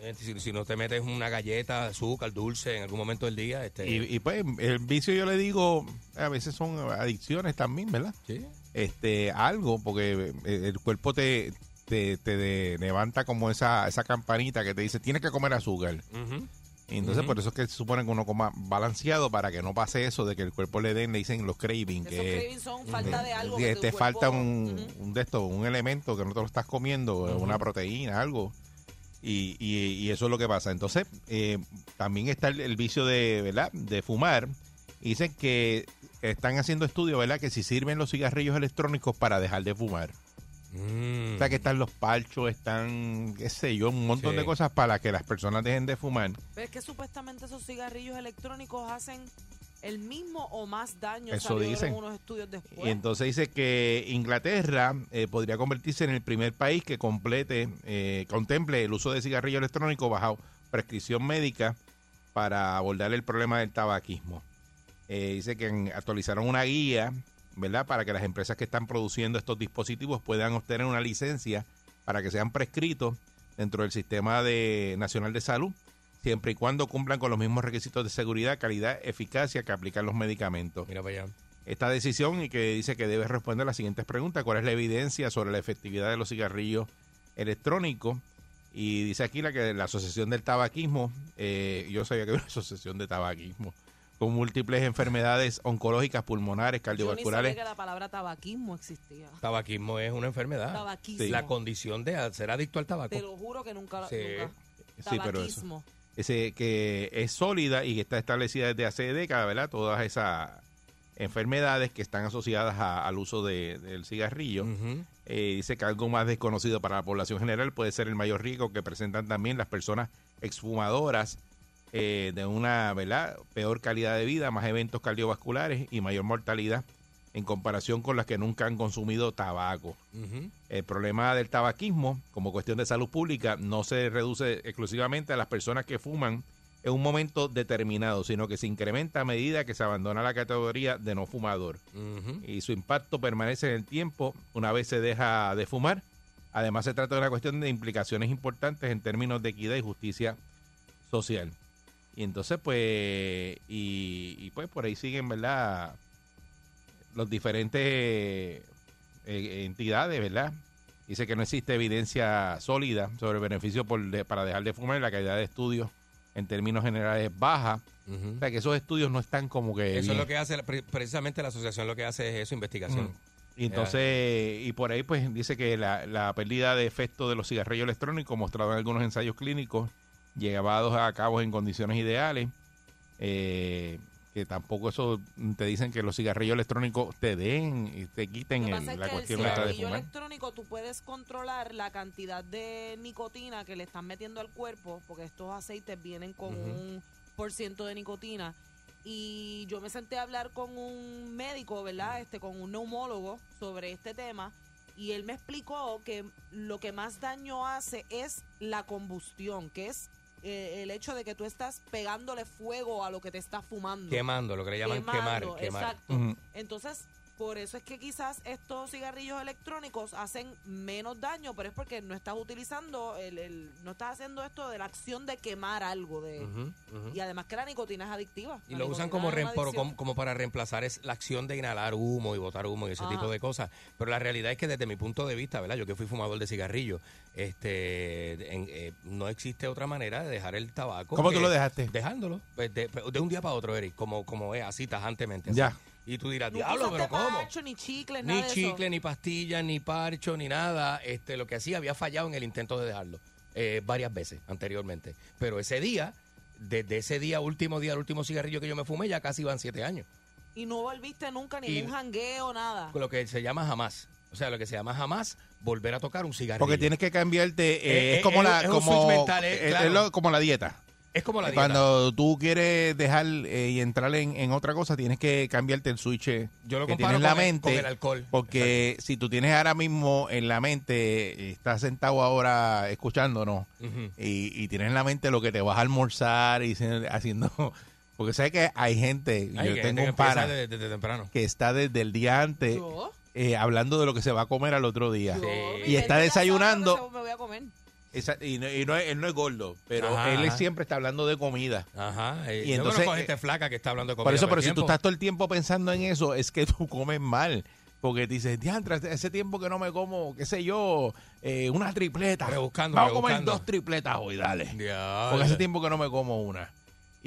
Speaker 4: Eh, Si, si no te metes una galleta, azúcar, dulce en algún momento del día, este,
Speaker 2: Y, y, pues el vicio yo le digo, a veces son adicciones también, ¿verdad?
Speaker 4: Sí.
Speaker 2: Este, algo, porque eh, el cuerpo te, te, te de- levanta como esa, esa campanita que te dice, tienes que comer azúcar.
Speaker 4: Ujú.
Speaker 2: Y entonces
Speaker 4: Ujú.
Speaker 2: por eso es que se supone que uno coma balanceado para que no pase eso de que el cuerpo le den, le dicen los cravings.
Speaker 3: Esos
Speaker 2: que,
Speaker 3: cravings son falta de algo
Speaker 2: que
Speaker 3: que
Speaker 2: te
Speaker 3: tu cuerpo-
Speaker 2: falta un, un de estos, un elemento que no te lo estás comiendo, eh, una proteína, algo. Y, y- y eso es lo que pasa. Entonces, eh, también está el, el vicio de, ¿verdad? de fumar. Y Dicen que están haciendo estudios, ¿verdad? Que si sirven los cigarrillos electrónicos para dejar de fumar. O sea, que están los palchos, están, qué sé yo, un montón
Speaker 3: Sí.
Speaker 2: de cosas para que las personas dejen de fumar.
Speaker 3: Pero es que supuestamente esos cigarrillos electrónicos hacen el mismo o más daño.
Speaker 2: Eso
Speaker 3: salieron
Speaker 2: dicen.
Speaker 3: unos estudios después.
Speaker 2: Y entonces dice que Inglaterra eh, podría convertirse en el primer país que complete, eh, contemple el uso de cigarrillo electrónico bajo prescripción médica para abordar el problema del tabaquismo. Eh, dice que en- actualizaron una guía, ¿verdad? Para que las empresas que están produciendo estos dispositivos puedan obtener una licencia para que sean prescritos dentro del sistema de, nacional de salud, siempre y cuando cumplan con los mismos requisitos de seguridad, calidad, eficacia que aplican los medicamentos.
Speaker 4: Mira para allá.
Speaker 2: Esta decisión y que dice que debe responder las siguientes preguntas. ¿Cuál es la evidencia sobre la efectividad de los cigarrillos electrónicos? Y dice aquí la que la Asociación del Tabaquismo, eh, yo sabía que había una asociación de tabaquismo, con múltiples enfermedades oncológicas,
Speaker 3: Yo
Speaker 2: pulmonares,
Speaker 3: ni sabía
Speaker 2: cardiovasculares.
Speaker 3: que la palabra tabaquismo existía.
Speaker 4: Tabaquismo es una
Speaker 2: Ah,
Speaker 4: enfermedad.
Speaker 3: Tabaquismo.
Speaker 4: La condición de ser adicto al tabaco.
Speaker 3: Te lo juro que nunca lo.
Speaker 4: Sí.
Speaker 3: nunca.
Speaker 2: Sí, pero eso.
Speaker 3: Tabaquismo.
Speaker 2: Ese que es sólida y que está establecida desde hace décadas, ¿verdad? Todas esas enfermedades que están asociadas a- al uso de- del
Speaker 4: Mm.
Speaker 2: cigarrillo. Eh, dice que algo más desconocido para la población general puede ser el mayor riesgo que presentan también las personas exfumadoras eh, de una ¿verdad? peor calidad de vida, más eventos cardiovasculares y mayor mortalidad en comparación con las que nunca han consumido tabaco.
Speaker 4: Ujú.
Speaker 2: El problema del tabaquismo como cuestión de salud pública no se reduce exclusivamente a las personas que fuman en un momento determinado, sino que se incrementa a medida que se abandona la categoría de no fumador. Y su impacto permanece en el tiempo una vez se deja de fumar. Además, se trata de una cuestión de implicaciones importantes en términos de equidad y justicia social. Y entonces, pues, y, y, pues por ahí siguen, ¿verdad? Los diferentes eh, entidades, ¿verdad? Dice que no existe evidencia sólida sobre el beneficio por de- para dejar de fumar. La calidad de estudios en términos generales es baja. O sea, que esos estudios no están como que...
Speaker 4: Eso
Speaker 2: bien Mm.
Speaker 4: es lo que hace, la- pre- precisamente la asociación lo que hace es eso, investigación.
Speaker 2: y entonces, y por ahí pues dice que la, la pérdida de efecto de los cigarrillos electrónicos mostrado en algunos ensayos clínicos llevados a cabo en condiciones ideales, eh, que tampoco eso mm, te dicen que los cigarrillos electrónicos te den y te quiten
Speaker 3: Lo que
Speaker 2: el-
Speaker 3: pasa es
Speaker 2: la
Speaker 3: que el
Speaker 2: cuestión esta de
Speaker 3: cigarrillo
Speaker 2: fumar.
Speaker 3: electrónico tú puedes controlar la cantidad de nicotina que le están metiendo al cuerpo, porque estos aceites vienen con
Speaker 4: Ujú.
Speaker 3: un por ciento de nicotina. Y yo me senté a hablar con un médico, ¿verdad? Este, con un neumólogo sobre este tema. Y él me explicó que lo que más daño hace es la combustión, que es eh, el hecho de que tú estás pegándole fuego a lo que te estás fumando.
Speaker 4: Quemando, lo que le llaman quemar,
Speaker 3: Quemando,
Speaker 4: quemar.
Speaker 3: Exacto.
Speaker 4: Ujú.
Speaker 3: Entonces, por eso es que quizás estos cigarrillos electrónicos hacen menos daño, pero es porque no estás utilizando, el, el- no estás haciendo esto de la acción de quemar algo. de
Speaker 4: Ujú, ujú.
Speaker 3: Y además que la nicotina es adictiva.
Speaker 4: Y
Speaker 3: La
Speaker 4: lo usan
Speaker 3: nicotina
Speaker 4: como,
Speaker 3: es una
Speaker 4: rem- por-
Speaker 3: adicción.
Speaker 4: como, como para reemplazar es la acción de inhalar humo y botar humo y ese
Speaker 3: Ajá.
Speaker 4: tipo de cosas. Pero la realidad es que desde mi punto de vista, ¿verdad? Yo que fui fumador de cigarrillo, este, en- eh, no existe otra manera de dejar el tabaco.
Speaker 2: ¿Cómo tú
Speaker 4: que-
Speaker 2: lo dejaste?
Speaker 4: Dejándolo. pues, De, de un día para otro, Eric, como, como es, así tajantemente. así.
Speaker 2: Ya.
Speaker 4: Y tú dirás,
Speaker 3: Nunca
Speaker 4: diablo,
Speaker 3: usaste
Speaker 4: pero ¿cómo?
Speaker 3: parcho, ni chicle, nada
Speaker 4: Ni
Speaker 3: de eso.
Speaker 4: chicle, ni pastilla, ni parcho, ni nada. Este, lo que hacía había fallado en el intento de dejarlo eh, varias veces anteriormente. Pero ese día, desde ese día, último día, el último cigarrillo que yo me fumé, ya casi van siete años.
Speaker 3: Y no volviste nunca ni
Speaker 4: Y- Pues,
Speaker 3: en un jangueo, nada.
Speaker 4: Con Lo que se llama jamás. O sea, lo que se llama jamás volver a tocar un cigarrillo.
Speaker 2: Porque tienes que cambiarte, eh,
Speaker 4: Eh,
Speaker 2: es como
Speaker 4: eh,
Speaker 2: la
Speaker 4: es un
Speaker 2: como,
Speaker 4: switch mental, eh,
Speaker 2: eh,
Speaker 4: claro.
Speaker 2: es lo- como la dieta.
Speaker 4: Es como la
Speaker 2: Eh,
Speaker 4: dieta.
Speaker 2: Cuando tú quieres dejar eh, y entrar en, en otra cosa, tienes que cambiarte el switch eh,
Speaker 4: Yo lo
Speaker 2: que
Speaker 4: comparo
Speaker 2: tienes en la
Speaker 4: con el-
Speaker 2: mente.
Speaker 4: con el alcohol.
Speaker 2: Porque si tú tienes ahora mismo en la mente, eh, estás sentado ahora escuchándonos
Speaker 4: Ujú.
Speaker 2: y, y tienes en la mente lo que te vas a almorzar y se- haciendo... Porque sabes que hay gente,
Speaker 4: Ay,
Speaker 2: yo
Speaker 4: que
Speaker 2: tengo
Speaker 4: que
Speaker 2: un pana
Speaker 4: empieza desde, desde temprano.
Speaker 2: que está desde el día antes eh, hablando de lo que se va a comer al otro día.
Speaker 4: Sí.
Speaker 2: Y está desayunando.
Speaker 3: Me voy a comer.
Speaker 2: Esa- y no, y no es- él no es gordo, pero
Speaker 4: Ajá,
Speaker 2: él
Speaker 4: ajá.
Speaker 2: siempre está hablando de comida.
Speaker 4: Ajá. eh,
Speaker 2: Y
Speaker 4: yo
Speaker 2: entonces,
Speaker 4: conozco
Speaker 2: eh,
Speaker 4: gente flaca que está hablando de comida.
Speaker 2: Por eso,
Speaker 4: todo
Speaker 2: pero
Speaker 4: el
Speaker 2: si tú
Speaker 4: tiempo.
Speaker 2: estás todo el tiempo pensando en eso, es que tú comes mal. Porque te dices, diantra, ese tiempo que no me como, qué sé yo, eh, una tripleta.
Speaker 4: Rebuscando,
Speaker 2: Vamos a comer
Speaker 4: rebuscando.
Speaker 2: dos tripletas hoy, dale.
Speaker 4: Diablo.
Speaker 2: Porque hace tiempo que no me como una.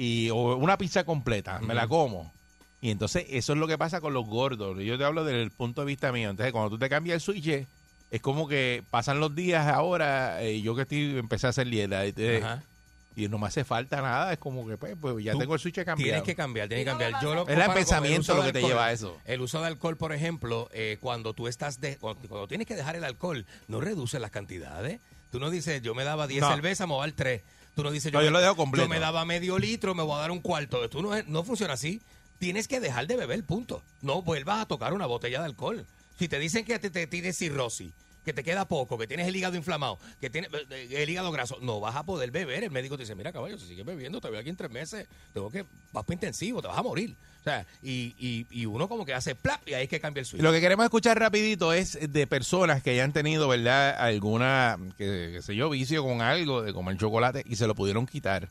Speaker 2: Y, o una pizza completa, me la como. Y entonces eso es lo que pasa con los gordos. Yo te hablo desde el punto de vista mío. Entonces cuando tú te cambias el switch, eh, es como que pasan los días ahora, eh, yo que estoy empecé a hacer dieta. Y, te-
Speaker 4: Ajá.
Speaker 2: y no me hace falta nada. Es como que pues, pues, ya
Speaker 4: Tú
Speaker 2: tengo el switch cambiado.
Speaker 4: Tienes que cambiar, tienes que cambiar. Yo lo
Speaker 2: Es el
Speaker 4: comparo con
Speaker 2: pensamiento
Speaker 4: uso
Speaker 2: lo
Speaker 4: de
Speaker 2: que te
Speaker 4: alcohol.
Speaker 2: lleva a eso.
Speaker 4: El uso de alcohol, por ejemplo, eh, cuando tú estás de- cuando, cuando tienes que dejar el alcohol, no reduces las cantidades. Tú no dices, yo me daba 10
Speaker 2: No.
Speaker 4: cervezas, me voy a dar 3. Tú no dices,
Speaker 2: No,
Speaker 4: me-
Speaker 2: yo lo dejo completo.
Speaker 4: yo me daba medio litro, me voy a dar un cuarto. Tú no, no funciona así. Tienes que dejar de beber, punto. No vuelvas a tocar una botella de alcohol. Si te dicen que te, te tienes cirrosis, que te queda poco, que tienes el hígado inflamado, que tienes eh, el hígado graso, no vas a poder beber. El médico te dice, mira caballo, si sigues bebiendo, te veo aquí en tres meses, tengo que, vas para intensivo, te vas a morir. O sea, sea, y, y- y uno como que hace plap y ahí es que cambia el switch.
Speaker 2: Lo que queremos escuchar rapidito es de personas que hayan tenido, ¿verdad? Alguna, que, qué sé yo, vicio con algo de comer chocolate y se lo pudieron quitar.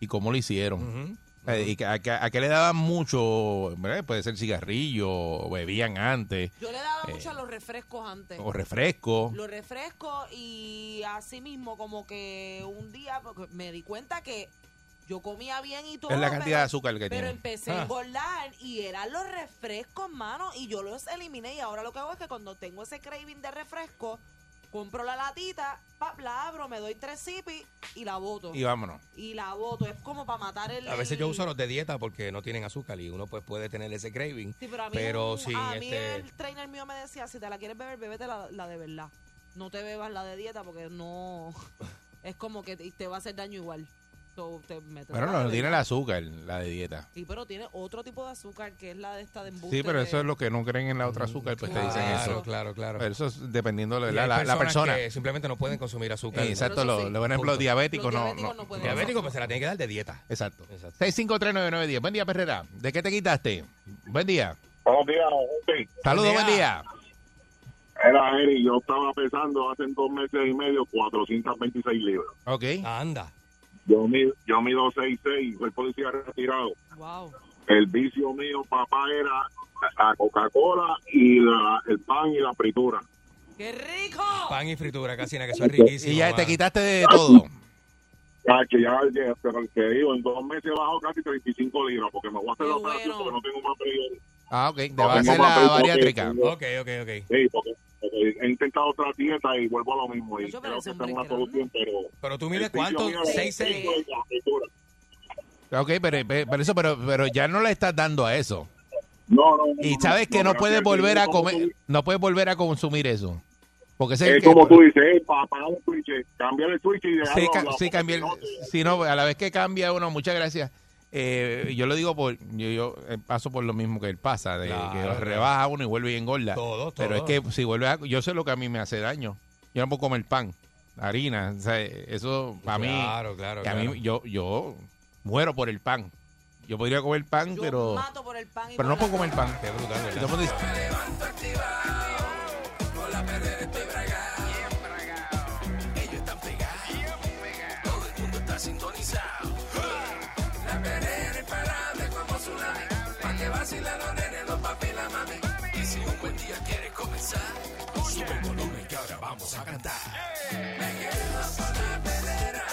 Speaker 2: ¿Y cómo lo hicieron?
Speaker 4: Mm,
Speaker 2: Eh, y que- a, que- a qué le daban mucho? ¿verdad? Puede ser cigarrillo, o bebían antes.
Speaker 3: Yo le daba
Speaker 2: eh,
Speaker 3: mucho a los refrescos antes.
Speaker 2: o refresco.
Speaker 3: Los refrescos y así mismo como que un día porque me di cuenta que yo comía bien y todo.
Speaker 2: Es la
Speaker 3: pero-
Speaker 2: cantidad de azúcar
Speaker 3: Pero
Speaker 2: que tiene.
Speaker 3: empecé
Speaker 2: Ah.
Speaker 3: a engordar y eran los refrescos, mano, y yo los eliminé y ahora lo que hago es que cuando tengo ese craving de refresco, compro la latita, pap, la abro, me doy tres sipis y la boto.
Speaker 4: Y vámonos.
Speaker 3: Y la boto, es como para matar el...
Speaker 4: A veces
Speaker 3: el-
Speaker 4: yo uso los de dieta porque no tienen azúcar y uno pues puede tener ese craving.
Speaker 3: Sí, pero a mí,
Speaker 4: pero
Speaker 3: un-
Speaker 4: sin
Speaker 3: a mí
Speaker 4: este...
Speaker 3: el trainer mío me decía, si te la quieres beber, bebete la, la de verdad. No te bebas la de dieta porque no... Es como que te, te va a hacer daño igual. So, te- me trago
Speaker 2: Bueno,
Speaker 3: la de
Speaker 2: no tiene el
Speaker 3: verdad.
Speaker 2: azúcar, la de dieta.
Speaker 3: Sí, pero tiene otro tipo de azúcar que es la de esta de embuste.
Speaker 2: Sí, pero
Speaker 3: de-
Speaker 2: eso es lo que no creen en la otra azúcar, pues te dicen
Speaker 4: Mm, Claro,
Speaker 2: eso.
Speaker 4: claro, claro.
Speaker 2: Pero eso es dependiendo de
Speaker 4: Y
Speaker 2: Pues, la,
Speaker 4: hay
Speaker 2: la- la
Speaker 4: personas
Speaker 2: persona.
Speaker 4: que simplemente no pueden consumir azúcar.
Speaker 2: Eh, exacto, Pero eso lo- sí. lo- por ejemplo,
Speaker 4: Punto.
Speaker 2: diabéticos Los no- diabéticos no- no pueden.
Speaker 4: Diabéticos, pues se la tienen que dar de dieta.
Speaker 2: Exacto. 6539910. Buen día, Perrera. ¿De qué te quitaste? Buen día.
Speaker 15: Buenos días, Jorge.
Speaker 2: Saludos, buen día.
Speaker 15: Era Jerry, yo estaba pesando hace dos meses y medio 426 libras.
Speaker 2: Ok.
Speaker 4: Anda.
Speaker 15: Yo mido, yo mido 6'6", soy policía retirado.
Speaker 3: Wow.
Speaker 15: El vicio mío, papá, era la Coca-Cola y la- el pan y la fritura.
Speaker 3: ¡Qué rico!
Speaker 4: Pan y fritura, Casina, que eso es riquísimo.
Speaker 2: Y ya te
Speaker 4: mano.
Speaker 2: quitaste de todo.
Speaker 15: Ah, que ya, ya, pero que digo, en dos meses he bajado casi 35 libras porque me voy a hacer la operación porque no tengo más presión.
Speaker 2: Ah, ok. Te
Speaker 15: No
Speaker 2: vas a
Speaker 15: tengo
Speaker 2: hacer
Speaker 15: más
Speaker 2: la
Speaker 15: presión que
Speaker 2: bariátrica.
Speaker 15: tengo.
Speaker 4: ok, ok.
Speaker 15: Sí, porque, porque he intentado otra dieta y vuelvo a lo mismo. Y creo que esa es una solución, pero...
Speaker 4: Pero tú
Speaker 15: mides cuánto?
Speaker 3: Este,
Speaker 4: Seis, seis.
Speaker 2: Ok, pero, pero eso, pero, pero ya no le estás dando a eso.
Speaker 15: No, no, no,
Speaker 2: Y
Speaker 15: no,
Speaker 2: sabes que no
Speaker 15: pero
Speaker 2: puedes
Speaker 15: sí,
Speaker 2: volver a
Speaker 15: como
Speaker 2: comer, no puedes volver a consumir eso. Porque
Speaker 15: tú-
Speaker 2: sé
Speaker 15: Es
Speaker 2: que-
Speaker 15: como tú dices, eh, para apagar el switch, cambiar el switch y dejarlo
Speaker 2: Sí, ca-
Speaker 15: hablado,
Speaker 2: sí,
Speaker 15: porque
Speaker 2: cambia el-
Speaker 15: si no,
Speaker 2: sí, no, a la vez que cambia uno, muchas gracias. Eh, yo lo digo por, yo, yo, eh, paso por lo mismo que él pasa, de
Speaker 4: Claro,
Speaker 2: que
Speaker 4: claro.
Speaker 2: rebaja uno y vuelve y engorda.
Speaker 4: Todo,
Speaker 2: Pero es
Speaker 4: todo.
Speaker 2: que si vuelve a, yo sé lo que a mí me hace daño. Yo no puedo comer pan, harina, o sea, eso para mí.
Speaker 4: Claro, claro,
Speaker 2: que a
Speaker 4: claro.
Speaker 2: mí yo, yo muero por el pan. Yo podría comer pan, pero.
Speaker 3: mato por el pan y
Speaker 2: pero
Speaker 3: por
Speaker 2: no
Speaker 3: la
Speaker 2: puedo comer pan.
Speaker 4: Qué brutal,
Speaker 2: Y todo el mundo dice,
Speaker 1: Ellos están pegados. Todo el mundo está sintonizado. La perrera es parable como tsunami. Pa' que vacilan los nenes, los papi y la mami. Y si un buen día quieres comenzar, sube el volumen que ahora vamos a cantar. Me quedo con la perrera.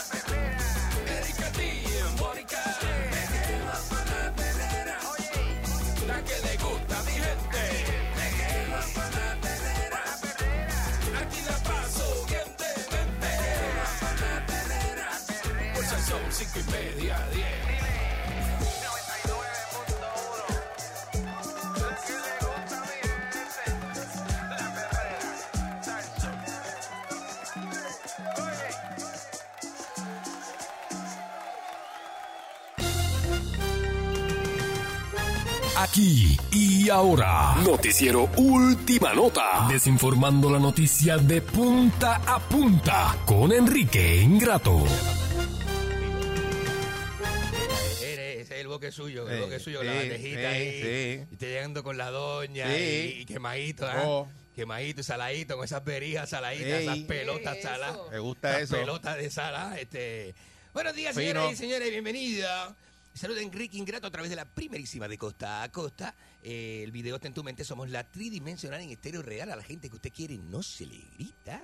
Speaker 1: Erika T, Mónica. Me quedo con la perrera. La que le gusta a mi gente. Me quedo con la perrera. Aquí la paso bien de mente. Por Salsón, cinco y media, diez.
Speaker 16: Aquí y ahora, noticiero Última Nota, desinformando la noticia de punta a punta con Enrique Ingrato.
Speaker 4: Eh, Ese es el boque suyo, el
Speaker 2: Sí,
Speaker 4: boque suyo,
Speaker 2: eh, sí,
Speaker 4: la bandejita
Speaker 2: sí,
Speaker 4: ahí.
Speaker 2: sí.
Speaker 4: Y te llegando con la doña
Speaker 2: Sí.
Speaker 4: y, y quemadito, ¿ah?
Speaker 2: Oh.
Speaker 4: Quemadito, saladito, con esas berijas saladitas,
Speaker 2: Ey.
Speaker 4: esas pelotas saladas.
Speaker 2: Me gusta
Speaker 4: esas
Speaker 2: eso.
Speaker 4: pelotas de sala. Este. Buenos días,
Speaker 2: Fino.
Speaker 4: señoras y señores, bienvenidos. Saluda Enrique Ingrato a través de la primerísima de Costa a Costa. Eh, el video está en tu mente. Somos la tridimensional en estéreo real. A la gente que usted quiere no se le grita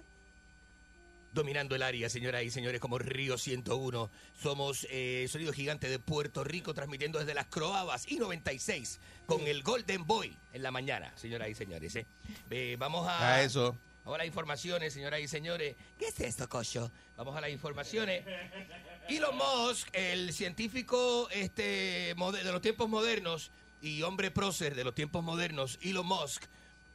Speaker 4: dominando el área, señoras y señores, como Río 101. Somos eh, Sonido Gigante de Puerto Rico, transmitiendo desde las Croabas y 96 con el Golden Boy en la mañana, señoras y señores. ¿eh? Eh, vamos a,
Speaker 2: A ah, eso.
Speaker 4: Ahora las informaciones, señoras y señores. ¿Qué es esto, cocho? Vamos a las informaciones. Elon Musk, el científico este, mode- de los tiempos modernos y hombre prócer de los tiempos modernos, Elon Musk,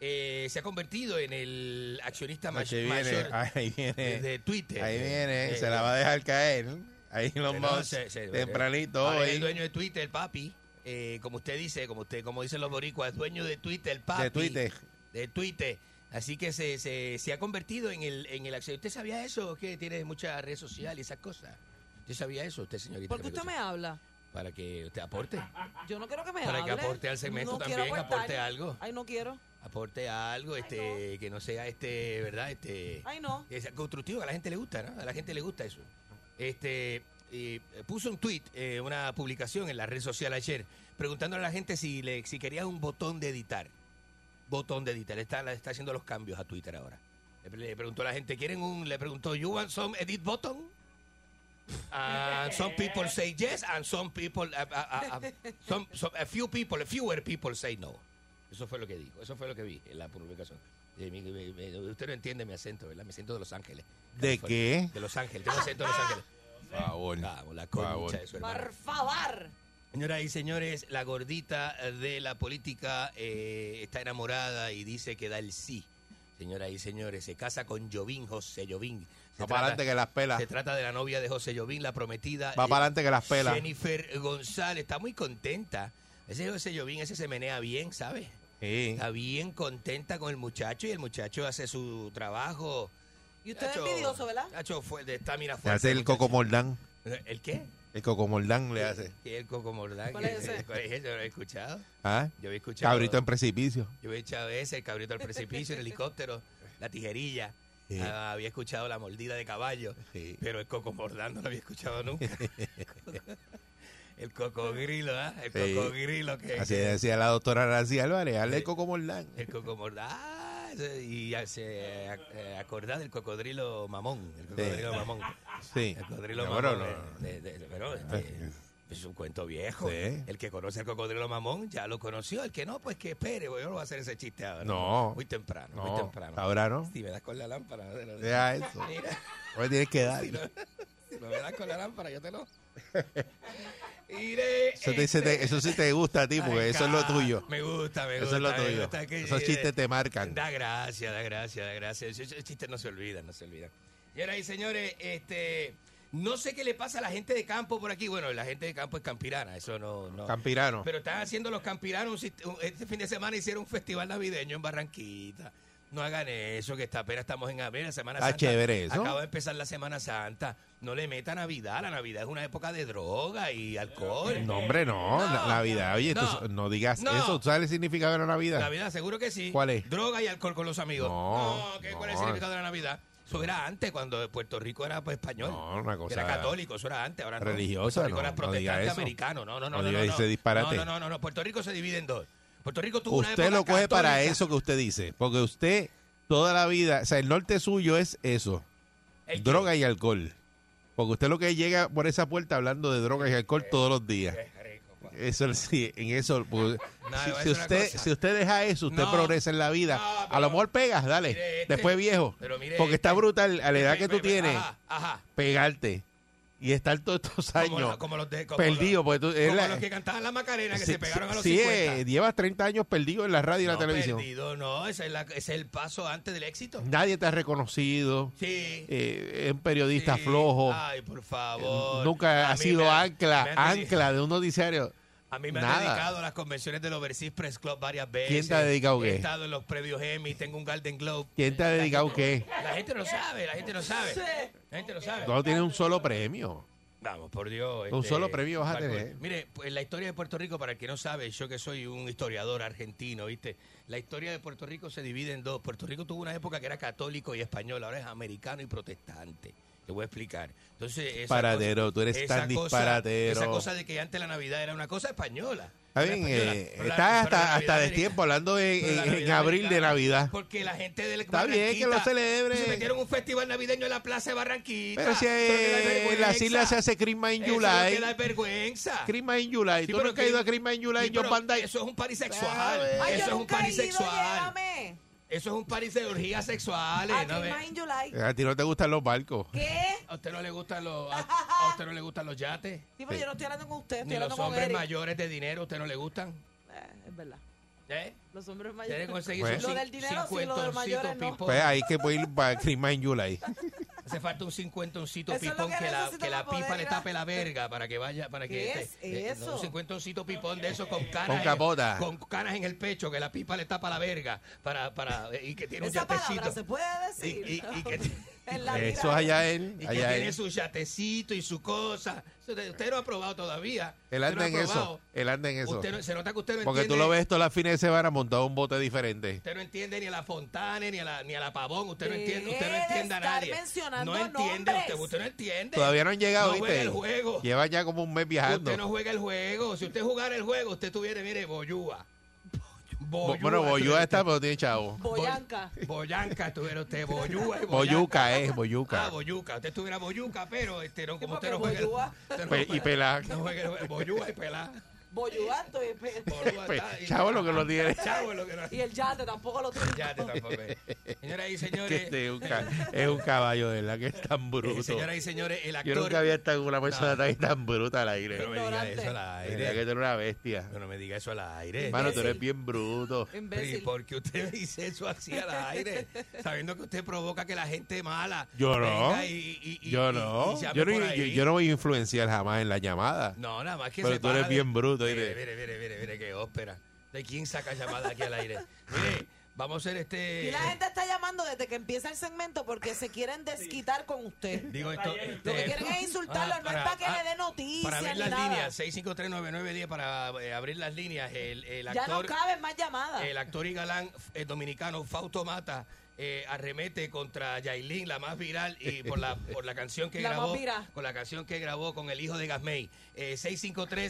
Speaker 4: eh, se ha convertido en el accionista
Speaker 2: Pues Ahí
Speaker 4: más
Speaker 2: viene, ahí viene.
Speaker 4: de Twitter.
Speaker 2: Ahí
Speaker 4: Eh,
Speaker 2: viene,
Speaker 4: eh,
Speaker 2: se la va a dejar caer. Ahí los
Speaker 4: Pero
Speaker 2: más
Speaker 4: se- se-
Speaker 2: tempranito
Speaker 4: ahora es
Speaker 2: hoy.
Speaker 4: el dueño de Twitter, el papi. Eh, como usted dice, como usted, como dicen los boricuas, es dueño de Twitter, el papi.
Speaker 2: De Twitter.
Speaker 4: De Twitter. Así que se, se, se ha convertido en el, en el acceso. ¿Usted sabía eso? Que tiene muchas redes sociales y esas cosas. ¿Usted sabía eso, usted, señorita?
Speaker 3: ¿Por
Speaker 4: que
Speaker 3: qué
Speaker 4: me
Speaker 3: usted
Speaker 4: escucha?
Speaker 3: me habla?
Speaker 4: para que usted aporte.
Speaker 3: Yo no quiero que me
Speaker 4: Para que
Speaker 3: hable.
Speaker 4: aporte al segmento
Speaker 3: No quiero
Speaker 4: también,
Speaker 3: aportar.
Speaker 4: aporte algo.
Speaker 3: Ay, no quiero.
Speaker 4: Aporte algo, este, que no sea este, ¿verdad? Este.
Speaker 3: Ay, no.
Speaker 4: que sea constructivo, a la gente le gusta, ¿no? A la gente le gusta eso. Este eh, puso un tweet, eh, una publicación en la red social ayer, preguntándole a la gente si le, si quería un botón de editar. Botón de editar. Está, la- está haciendo los cambios a Twitter ahora. Le, le preguntó a la gente, ¿quieren un? Le preguntó, ¿You want some edit button? And some people say yes, and some people, uh, uh, uh, uh, some- some- a few people, fewer people say no. Eso fue lo que dijo, eso fue lo que vi en la publicación. Eh, mi- mi- mi- usted no entiende mi acento, ¿verdad? Me siento de Los Ángeles.
Speaker 2: ¿De qué? Ah,
Speaker 4: De Los Ángeles, tengo acento de Los Ángeles.
Speaker 2: Por favor.
Speaker 4: Vamos, la concha de su hermana.
Speaker 3: Por favor.
Speaker 4: Señoras y señores, la gordita de la política eh, está enamorada y dice que da el sí. Señoras y señores, se casa con Jovín, José Jovín. Se
Speaker 2: Va para adelante que las pelas.
Speaker 4: Se trata de la novia de José Jovín, la prometida.
Speaker 2: Va para adelante que las pelas.
Speaker 4: Jennifer González está muy contenta. Ese José Jovín, ese se menea bien, ¿sabes? Está bien contenta con el muchacho y el muchacho hace su trabajo.
Speaker 3: Y usted es envidioso, ¿verdad?
Speaker 4: Muchacho fue, está, mira,
Speaker 2: Le hace el
Speaker 4: muchacho.
Speaker 2: cocomordán.
Speaker 4: ¿El qué?
Speaker 2: El cocomordán le hace.
Speaker 4: Y el cocomordán.
Speaker 3: ¿Cuál es ese?
Speaker 4: ¿Cuál es ese? ¿Lo he escuchado?
Speaker 2: ¿Ah?
Speaker 4: Yo había escuchado.
Speaker 2: Cabrito en precipicio.
Speaker 4: Yo había echado ese, el cabrito al precipicio, el helicóptero, la tijerilla.
Speaker 2: Sí.
Speaker 4: Ah, había escuchado la mordida de caballo, pero el cocomordán no lo había escuchado nunca. el cocogrilo, ¿ah? El
Speaker 2: Sí.
Speaker 4: cocogrilo que.
Speaker 2: Así decía la doctora Nancy Álvarez, hazle
Speaker 4: Sí.
Speaker 2: cocomordán.
Speaker 4: El cocomordán. Ah, ese- Y ya se ac- eh, acordá del cocodrilo mamón. El cocodrilo mamón.
Speaker 2: Sí.
Speaker 4: El cocodrilo
Speaker 2: No, pero
Speaker 4: mamón.
Speaker 2: no. Ah,
Speaker 4: eh, de- de- pero, este, es un cuento viejo.
Speaker 2: Sí.
Speaker 4: El que conoce al cocodrilo mamón ya lo conoció. El que no, pues que espere. Yo no voy a hacer ese chiste ahora.
Speaker 2: No.
Speaker 4: Muy temprano,
Speaker 2: No,
Speaker 4: muy temprano.
Speaker 2: ahora no.
Speaker 4: Si me das con la lámpara. no te lo-
Speaker 2: Deja eso.
Speaker 4: Mira,
Speaker 2: Hoy tienes que dar.
Speaker 4: si no, si no me das con la lámpara, yo te lo... Iré
Speaker 2: Eso, te- se te- eso sí te gusta a ti, porque
Speaker 4: Ay,
Speaker 2: eso es lo
Speaker 4: ca-
Speaker 2: tuyo.
Speaker 4: Me gusta, me gusta.
Speaker 2: Eso es lo
Speaker 4: me
Speaker 2: tuyo.
Speaker 4: gusta que-
Speaker 2: Esos chistes te marcan.
Speaker 4: Da gracia, da gracia, da gracia. Esos esos chistes no se olvidan, no se olvidan. Señoras y señores, este, no sé qué le pasa a la gente de campo por aquí. Bueno, la gente de campo es campirana, eso no. no.
Speaker 2: Campirano.
Speaker 4: Pero están haciendo los campiranos. un sist- un- Este fin de semana hicieron un festival navideño en Barranquita. No hagan eso, que está, apenas estamos en abril, la Semana
Speaker 2: Ah,
Speaker 4: Santa.
Speaker 2: chévere eso.
Speaker 4: Acaba de empezar la Semana Santa. No le meta Navidad. La Navidad es una época de droga y alcohol.
Speaker 2: No, hombre, no. Na- Navidad, oye,
Speaker 4: no.
Speaker 2: entonces, no digas
Speaker 4: No.
Speaker 2: eso. ¿Tú sabes el significado de la Navidad?
Speaker 4: Navidad, seguro que sí.
Speaker 2: ¿Cuál es?
Speaker 4: Droga y alcohol con los amigos.
Speaker 2: No,
Speaker 4: ¿qué- ¿Cuál es el
Speaker 2: no.
Speaker 4: significado de la Navidad? Eso era antes, cuando Puerto Rico era pues, español.
Speaker 2: No, una cosa
Speaker 4: Era católico, eso era antes. Ahora no.
Speaker 2: religiosa,
Speaker 4: Puerto Rico
Speaker 2: no,
Speaker 4: era
Speaker 2: no diga
Speaker 4: protestante
Speaker 2: eso.
Speaker 4: americano. No, no, no.
Speaker 2: No
Speaker 4: no,
Speaker 2: diga
Speaker 4: no,
Speaker 2: ese disparate.
Speaker 4: No, no, no, no. Puerto Rico se divide en dos. Puerto Rico tuvo una
Speaker 2: Usted
Speaker 4: época
Speaker 2: lo coge para
Speaker 4: católica.
Speaker 2: eso que usted dice. Porque usted, toda la vida, o sea, el norte suyo es eso:
Speaker 4: ¿El qué?
Speaker 2: droga y alcohol. Porque usted lo que llega por esa puerta hablando de drogas y alcohol todos los días. Eso sí, en eso. porque
Speaker 4: No,
Speaker 2: si,
Speaker 4: es
Speaker 2: si
Speaker 4: una
Speaker 2: usted,
Speaker 4: cosa.
Speaker 2: si usted deja eso, usted
Speaker 4: No.
Speaker 2: progresa en la vida. a lo mejor pegas, dale.
Speaker 4: mire este.
Speaker 2: después viejo.
Speaker 4: Pero mire
Speaker 2: porque está
Speaker 4: este.
Speaker 2: brutal a la edad
Speaker 4: Pe-
Speaker 2: que
Speaker 4: pe-
Speaker 2: tú
Speaker 4: pe-
Speaker 2: tienes.
Speaker 4: Ajá, ajá.
Speaker 2: pegarte y estar todos estos años
Speaker 4: Como, la- como los de- como los-
Speaker 2: perdido. porque tú, es
Speaker 4: como
Speaker 2: la-
Speaker 4: los que cantaban la Macarena que
Speaker 2: sí,
Speaker 4: se pegaron a los
Speaker 2: sí,
Speaker 4: 50.
Speaker 2: eh, llevas 30 años perdido en la radio y la
Speaker 4: No,
Speaker 2: televisión.
Speaker 4: perdido, no. Ese es, la- ese es el paso antes del éxito.
Speaker 2: Nadie te ha reconocido.
Speaker 4: Sí. Ah,
Speaker 2: Eh, es un periodista flojo.
Speaker 4: Ay, por favor.
Speaker 2: Eh, Nunca
Speaker 4: A
Speaker 2: ha
Speaker 4: mí
Speaker 2: sido
Speaker 4: me han-
Speaker 2: ancla,
Speaker 4: me han dedi-
Speaker 2: ancla de un noticiario.
Speaker 4: A mí me han
Speaker 2: Nada.
Speaker 4: dedicado a las convenciones del Overseas Press Club varias veces.
Speaker 2: ¿Quién te ha dedicado
Speaker 4: He
Speaker 2: qué?
Speaker 4: estado en los previos Emmy, tengo un Golden Globe.
Speaker 2: ¿Quién te ha dedicado qué?
Speaker 4: La gente no sabe, la gente no sabe. La gente no sabe.
Speaker 2: No tiene un solo premio.
Speaker 4: Vamos, por Dios. este,
Speaker 2: Un solo premio vas a
Speaker 4: Marco,
Speaker 2: tener.
Speaker 4: Mire, pues, la historia de Puerto Rico, para el que no sabe, yo que soy un historiador argentino, ¿viste? La historia de Puerto Rico se divide en dos. Puerto Rico tuvo una época que era católico y español, ahora es americano y protestante. Te voy a explicar. Entonces, esa
Speaker 2: Disparatero,
Speaker 4: cosa-
Speaker 2: tú eres
Speaker 4: esa
Speaker 2: tan
Speaker 4: cosa-
Speaker 2: disparatero.
Speaker 4: Esa cosa de que antes la Navidad era una cosa española.
Speaker 2: Está
Speaker 4: Era
Speaker 2: bien,
Speaker 4: española.
Speaker 2: eh,
Speaker 4: Pero la- pero la
Speaker 2: está hasta,
Speaker 4: Navidad
Speaker 2: hasta de
Speaker 4: americana-
Speaker 2: tiempo hablando de-
Speaker 4: pero la
Speaker 2: en, en
Speaker 4: Navidad
Speaker 2: abril de
Speaker 4: americana,
Speaker 2: Navidad.
Speaker 4: Porque la gente del
Speaker 2: Está bien que lo
Speaker 4: Barranquita
Speaker 2: celebre.
Speaker 4: Se metieron un festival navideño en la plaza de Barranquita.
Speaker 2: Pero si eh, en las islas se hace Christmas in July.
Speaker 4: Eso no te da vergüenza.
Speaker 2: Christmas in July.
Speaker 4: Sí,
Speaker 2: ¿Tú
Speaker 4: pero
Speaker 2: no has caído
Speaker 4: que-
Speaker 2: a Christmas in July
Speaker 4: Sí,
Speaker 2: en John
Speaker 4: pero
Speaker 2: Van Dyke?
Speaker 4: Eso es un party sexual.
Speaker 2: ¿Sabes? Ay, yo
Speaker 4: eso es un
Speaker 3: nunca he
Speaker 4: party
Speaker 3: ido,
Speaker 4: sexual.
Speaker 3: llévame. Ah,
Speaker 4: Eso es un party de orgías sexuales.
Speaker 3: A
Speaker 4: ¿no Eh. ves?
Speaker 3: Christmas in July.
Speaker 2: A ti no te gustan los barcos.
Speaker 3: ¿Qué?
Speaker 4: ¿A usted no le gustan los, a, a usted no le gustan los yates?
Speaker 3: Sí, pero yo no estoy hablando con usted, estoy
Speaker 4: Ni
Speaker 3: hablando
Speaker 4: los
Speaker 3: con
Speaker 4: hombres
Speaker 3: Eric.
Speaker 4: mayores de dinero, ¿a usted no le gustan?
Speaker 3: Eh, es verdad.
Speaker 4: ¿Eh?
Speaker 3: Los hombres
Speaker 4: Tiene
Speaker 3: mayores.
Speaker 4: que conseguir
Speaker 2: Pues-
Speaker 4: sus
Speaker 3: Lo del dinero sí, lo de
Speaker 4: cincuentoncitos,
Speaker 3: mayores no.
Speaker 4: pipón.
Speaker 2: Pues ahí que puede ir para Christmas in July.
Speaker 4: Hace falta un cincuentoncito
Speaker 3: Eso es lo
Speaker 4: pipón
Speaker 3: que
Speaker 4: que, la,
Speaker 3: necesito
Speaker 4: que la
Speaker 3: para poder
Speaker 4: pipa le
Speaker 3: ir a-
Speaker 4: tape la verga para que vaya, para que...
Speaker 3: ¿Qué
Speaker 4: este,
Speaker 3: es
Speaker 4: eh,
Speaker 3: eso?
Speaker 4: Un cincuentoncito pipón de esos con canas... en-
Speaker 2: capota.
Speaker 4: con canas en el pecho que la pipa le tapa la verga para... para y que tiene un
Speaker 3: Esa palabra
Speaker 4: yatecito.
Speaker 3: se puede
Speaker 4: Y,
Speaker 3: decir.
Speaker 4: y- y que,
Speaker 2: Eso es allá él,
Speaker 4: Y que
Speaker 2: allá
Speaker 4: tiene
Speaker 2: él.
Speaker 4: su chatecito y su cosa. Usted usted no ha probado todavía. Usted
Speaker 2: Él
Speaker 4: no
Speaker 2: anda
Speaker 4: ha
Speaker 2: en eso.
Speaker 4: probado.
Speaker 2: Él anda en eso.
Speaker 4: Usted no- se nota que usted no
Speaker 2: Porque tú
Speaker 4: entiende-
Speaker 2: lo ves todos los fines de semana montado en un bote diferente.
Speaker 4: Usted no entiende ni a la Fontana, ni a la, ni a la Pavón. Usted no
Speaker 3: Deje
Speaker 4: entiende, usted no
Speaker 3: de
Speaker 4: entiende a
Speaker 3: estar
Speaker 4: nadie.
Speaker 3: mencionando
Speaker 4: no entiende, usted,
Speaker 3: nombres.
Speaker 4: usted no entiende.
Speaker 2: Todavía no han llegado,
Speaker 4: No
Speaker 2: ¿viste?
Speaker 4: juega el juego.
Speaker 2: Lleva ya como un mes viajando.
Speaker 4: Usted no juega el juego. Si usted jugara el juego, usted tuviera, mire, Boyúa.
Speaker 2: Bo- bueno,
Speaker 4: este
Speaker 2: Boyuca está, pero tiene chavo.
Speaker 4: Boyanca. Boyanca estuviera usted, Boyúa y
Speaker 2: Boyuca es, Boyuca.
Speaker 4: Ah, Boyuca. Usted estuviera Boyuca, pero este, no, como usted no juega el usted no juega-
Speaker 2: Pe- Pues, y pelá.
Speaker 4: No juega el juego. Boyúa y pelá.
Speaker 3: Boyugato y pe-
Speaker 2: Pe- Pues, chavo lo que lo tiene.
Speaker 4: Chavo lo que no.
Speaker 3: Y el yate tampoco lo tiene.
Speaker 4: Ya te tampoco es. Señoras y
Speaker 2: Que
Speaker 4: señores.
Speaker 2: este es, un ca- es un caballo, de verdad, que es tan bruto.
Speaker 4: eh, señoras y señores, el actor.
Speaker 2: Yo nunca había estado con una persona tan, tan bruta al aire.
Speaker 4: Pero no me diga Ignorante. eso al aire.
Speaker 2: De verdad que tú eres una bestia.
Speaker 4: No me diga eso al aire.
Speaker 2: Mano, tú eres
Speaker 4: Imbécil.
Speaker 2: bien bruto.
Speaker 4: ¿Y por qué usted dice eso así al aire? Sabiendo que usted provoca que la gente mala.
Speaker 2: Yo no.
Speaker 4: venga y- y- y-
Speaker 2: yo
Speaker 4: y-
Speaker 2: no.
Speaker 4: y llame
Speaker 2: yo, no
Speaker 4: por
Speaker 2: yo-
Speaker 4: ahí.
Speaker 2: yo no voy a influenciar jamás en la llamada.
Speaker 4: No, nada más que
Speaker 2: Pero
Speaker 4: se
Speaker 2: tú
Speaker 4: para
Speaker 2: eres
Speaker 4: de-
Speaker 2: bien bruto.
Speaker 4: Mire,
Speaker 2: dile.
Speaker 4: mire, mire, mire, mire, qué ópera. ¿De quién saca llamada aquí al aire? Mire, vamos a hacer este.
Speaker 3: Y la gente está llamando desde que empieza el segmento porque se quieren desquitar con usted.
Speaker 4: Digo esto. este,
Speaker 3: Lo que quieren es insultarlo,
Speaker 4: ah,
Speaker 3: no es para que le dé noticias
Speaker 4: Para abrir
Speaker 3: ni
Speaker 4: las
Speaker 3: nada.
Speaker 4: líneas, 6539910 para eh, abrir las líneas. El, el
Speaker 3: ya
Speaker 4: actor,
Speaker 3: no caben más llamadas.
Speaker 4: el actor y galán eh, dominicano Fausto Mata eh, arremete contra Yailin, la más viral, y por la, por la canción que
Speaker 3: La más
Speaker 4: grabó.
Speaker 3: viral.
Speaker 4: Con la canción que grabó con el hijo de Gasmey. Eh,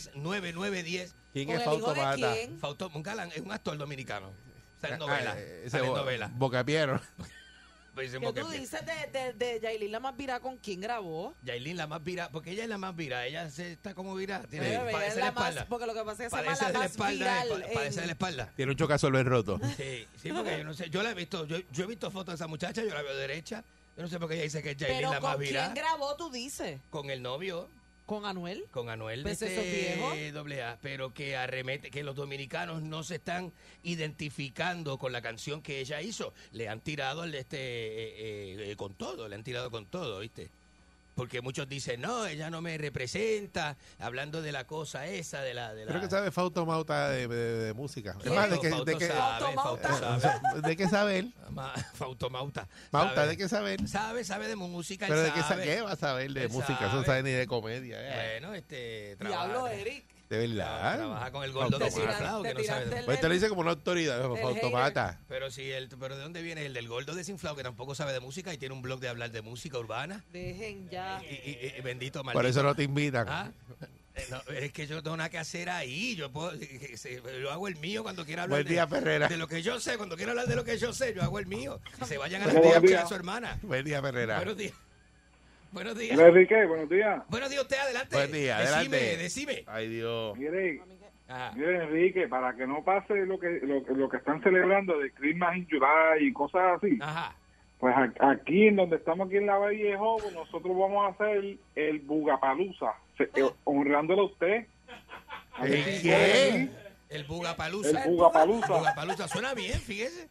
Speaker 4: 653-9910.
Speaker 2: ¿Quién ¿Con es el Fausto hijo de Mata? quién?
Speaker 4: Fausto, un galán, es un actor dominicano. Está en
Speaker 2: Ah,
Speaker 4: novela.
Speaker 2: eh,
Speaker 4: Está en
Speaker 2: bo-
Speaker 4: novela.
Speaker 2: Bocapiero.
Speaker 4: Pues dicen,
Speaker 3: Que tú
Speaker 4: porque-
Speaker 3: dices de, de, de Yailin la más vira con quién grabó.
Speaker 4: Yailin la más viral, porque ella es la más viral, ella se está como viral, tiene,
Speaker 3: Pero ella es
Speaker 4: parece
Speaker 3: la
Speaker 4: la
Speaker 3: más-
Speaker 4: espalda.
Speaker 3: porque lo que pasa es que se llama
Speaker 4: Parece
Speaker 3: la
Speaker 4: de la
Speaker 3: más
Speaker 4: espalda, eh,
Speaker 3: viral
Speaker 4: pa- parece
Speaker 3: en-
Speaker 4: de la espalda.
Speaker 2: Tiene un chocazolo en roto.
Speaker 4: Sí, sí, porque yo no sé, yo la he visto, yo, yo he visto fotos de esa muchacha, yo la veo derecha, yo no sé por qué ella dice que es Yailin
Speaker 3: Pero
Speaker 4: la
Speaker 3: con
Speaker 4: más viral.
Speaker 3: quién grabó, tú dices.
Speaker 4: Con el novio,
Speaker 3: Con Anuel.
Speaker 4: con Anuel
Speaker 3: Pues
Speaker 4: de
Speaker 3: eso es
Speaker 4: este
Speaker 3: viejo.
Speaker 4: doble A, pero que arremete, que los dominicanos no se están identificando con la canción que ella hizo. Le han tirado al este eh, eh, eh, con todo, le han tirado con todo, ¿viste? Porque muchos dicen, no, ella no me representa, hablando de la cosa esa, de la... De la
Speaker 2: Creo que sabe Fausto Mauta de, de- de música.
Speaker 4: Sí,
Speaker 2: Es más, de
Speaker 4: Fausto-
Speaker 2: que, de
Speaker 4: Fausto
Speaker 2: que-
Speaker 4: sabe, Fausto
Speaker 2: eh,
Speaker 4: sabe.
Speaker 2: ¿De qué sabe él?
Speaker 4: Ma- Fautomauta.
Speaker 2: Mauta,
Speaker 4: ¿sabe?
Speaker 2: ¿de qué sabe?
Speaker 4: Sabe, sabe de música. él
Speaker 2: Pero de qué sa-
Speaker 4: sabe.
Speaker 2: qué va a saber de
Speaker 4: Él
Speaker 2: música, eso no
Speaker 4: sabe.
Speaker 2: sabe ni de comedia. eh.
Speaker 4: Bueno, este... trabaja-
Speaker 3: Diablo, Eric.
Speaker 2: De verdad.
Speaker 4: Trabaja con el gordo
Speaker 2: Fausto
Speaker 4: de
Speaker 2: Mata.
Speaker 4: Cifrado, que no sabe de-
Speaker 2: Pues te lo dice como una autoridad, Fausto Mata.
Speaker 4: Pero si el, pero de dónde viene el del gordo desinflado que tampoco sabe de música y tiene un blog de hablar de música urbana.
Speaker 3: Dejen ya.
Speaker 4: Y, y- y- bendito maldito.
Speaker 2: Por eso no te invitan.
Speaker 4: Ah, eh, no, es que yo no tengo nada que hacer ahí. Yo puedo, eh, se- yo hago el mío cuando quiera hablar
Speaker 2: Buen
Speaker 4: de-
Speaker 2: día, Ferrera.
Speaker 4: de, lo que yo sé. Cuando quiera hablar de lo que yo sé, yo hago el mío. Que Se vayan a la
Speaker 2: Buen día,
Speaker 4: tía
Speaker 2: mira.
Speaker 4: a su hermana.
Speaker 2: Buen día, Ferrera.
Speaker 4: Buenos días. Buenos días.
Speaker 8: Enrique, buenos días.
Speaker 4: Buenos días, usted adelante.
Speaker 2: Buen día,
Speaker 4: decime,
Speaker 2: adelante.
Speaker 4: decime.
Speaker 2: Ay, Dios.
Speaker 8: Mire, mire, Enrique, para que no pase lo que lo, lo que están celebrando de Christmas in July y cosas así,
Speaker 4: Ah.
Speaker 8: pues a- aquí en donde estamos aquí en la Bahía de Jobo, nosotros vamos a hacer el Bugapalusa, se- eh, honrándolo a usted. A ver si puede venir.
Speaker 4: El Bugapalusa.
Speaker 8: El Bugapalusa.
Speaker 4: Bugapalusa. Suena bien, fíjese.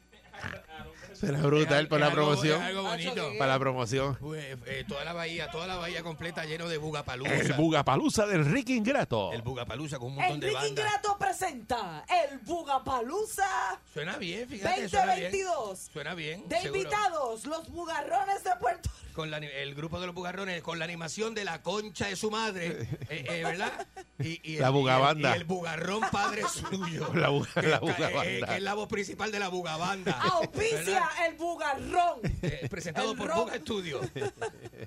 Speaker 2: Será brutal para la promoción.
Speaker 4: algo bonito.
Speaker 2: Para la promoción.
Speaker 4: Pues, eh, toda la bahía, toda la bahía completa lleno de Bugapalusa.
Speaker 2: El Bugapalusa de Enrique Ingrato.
Speaker 4: El Bugapalusa con un montón de
Speaker 3: Enrique
Speaker 4: bandas.
Speaker 3: Ingrato presenta el Bugapalusa
Speaker 4: Suena bien, fíjate. suena bien.
Speaker 3: 2022.
Speaker 4: Suena bien.
Speaker 3: De
Speaker 4: seguro.
Speaker 3: invitados, los bugarrones de Puerto Rico.
Speaker 4: Con la ani- el grupo de los bugarrones, con la animación de la concha de su madre, eh, eh, ¿verdad? Y, y el-
Speaker 2: La
Speaker 4: y el-
Speaker 2: bugabanda.
Speaker 4: Y el, bugarrón padre suyo.
Speaker 2: La buga-
Speaker 4: Que-
Speaker 2: la
Speaker 4: que- eh,
Speaker 2: bugabanda.
Speaker 4: que es la voz principal de la bugabanda. ¿verdad?
Speaker 3: Auspicia el bugarrón.
Speaker 4: Eh, presentado por Buga Studio.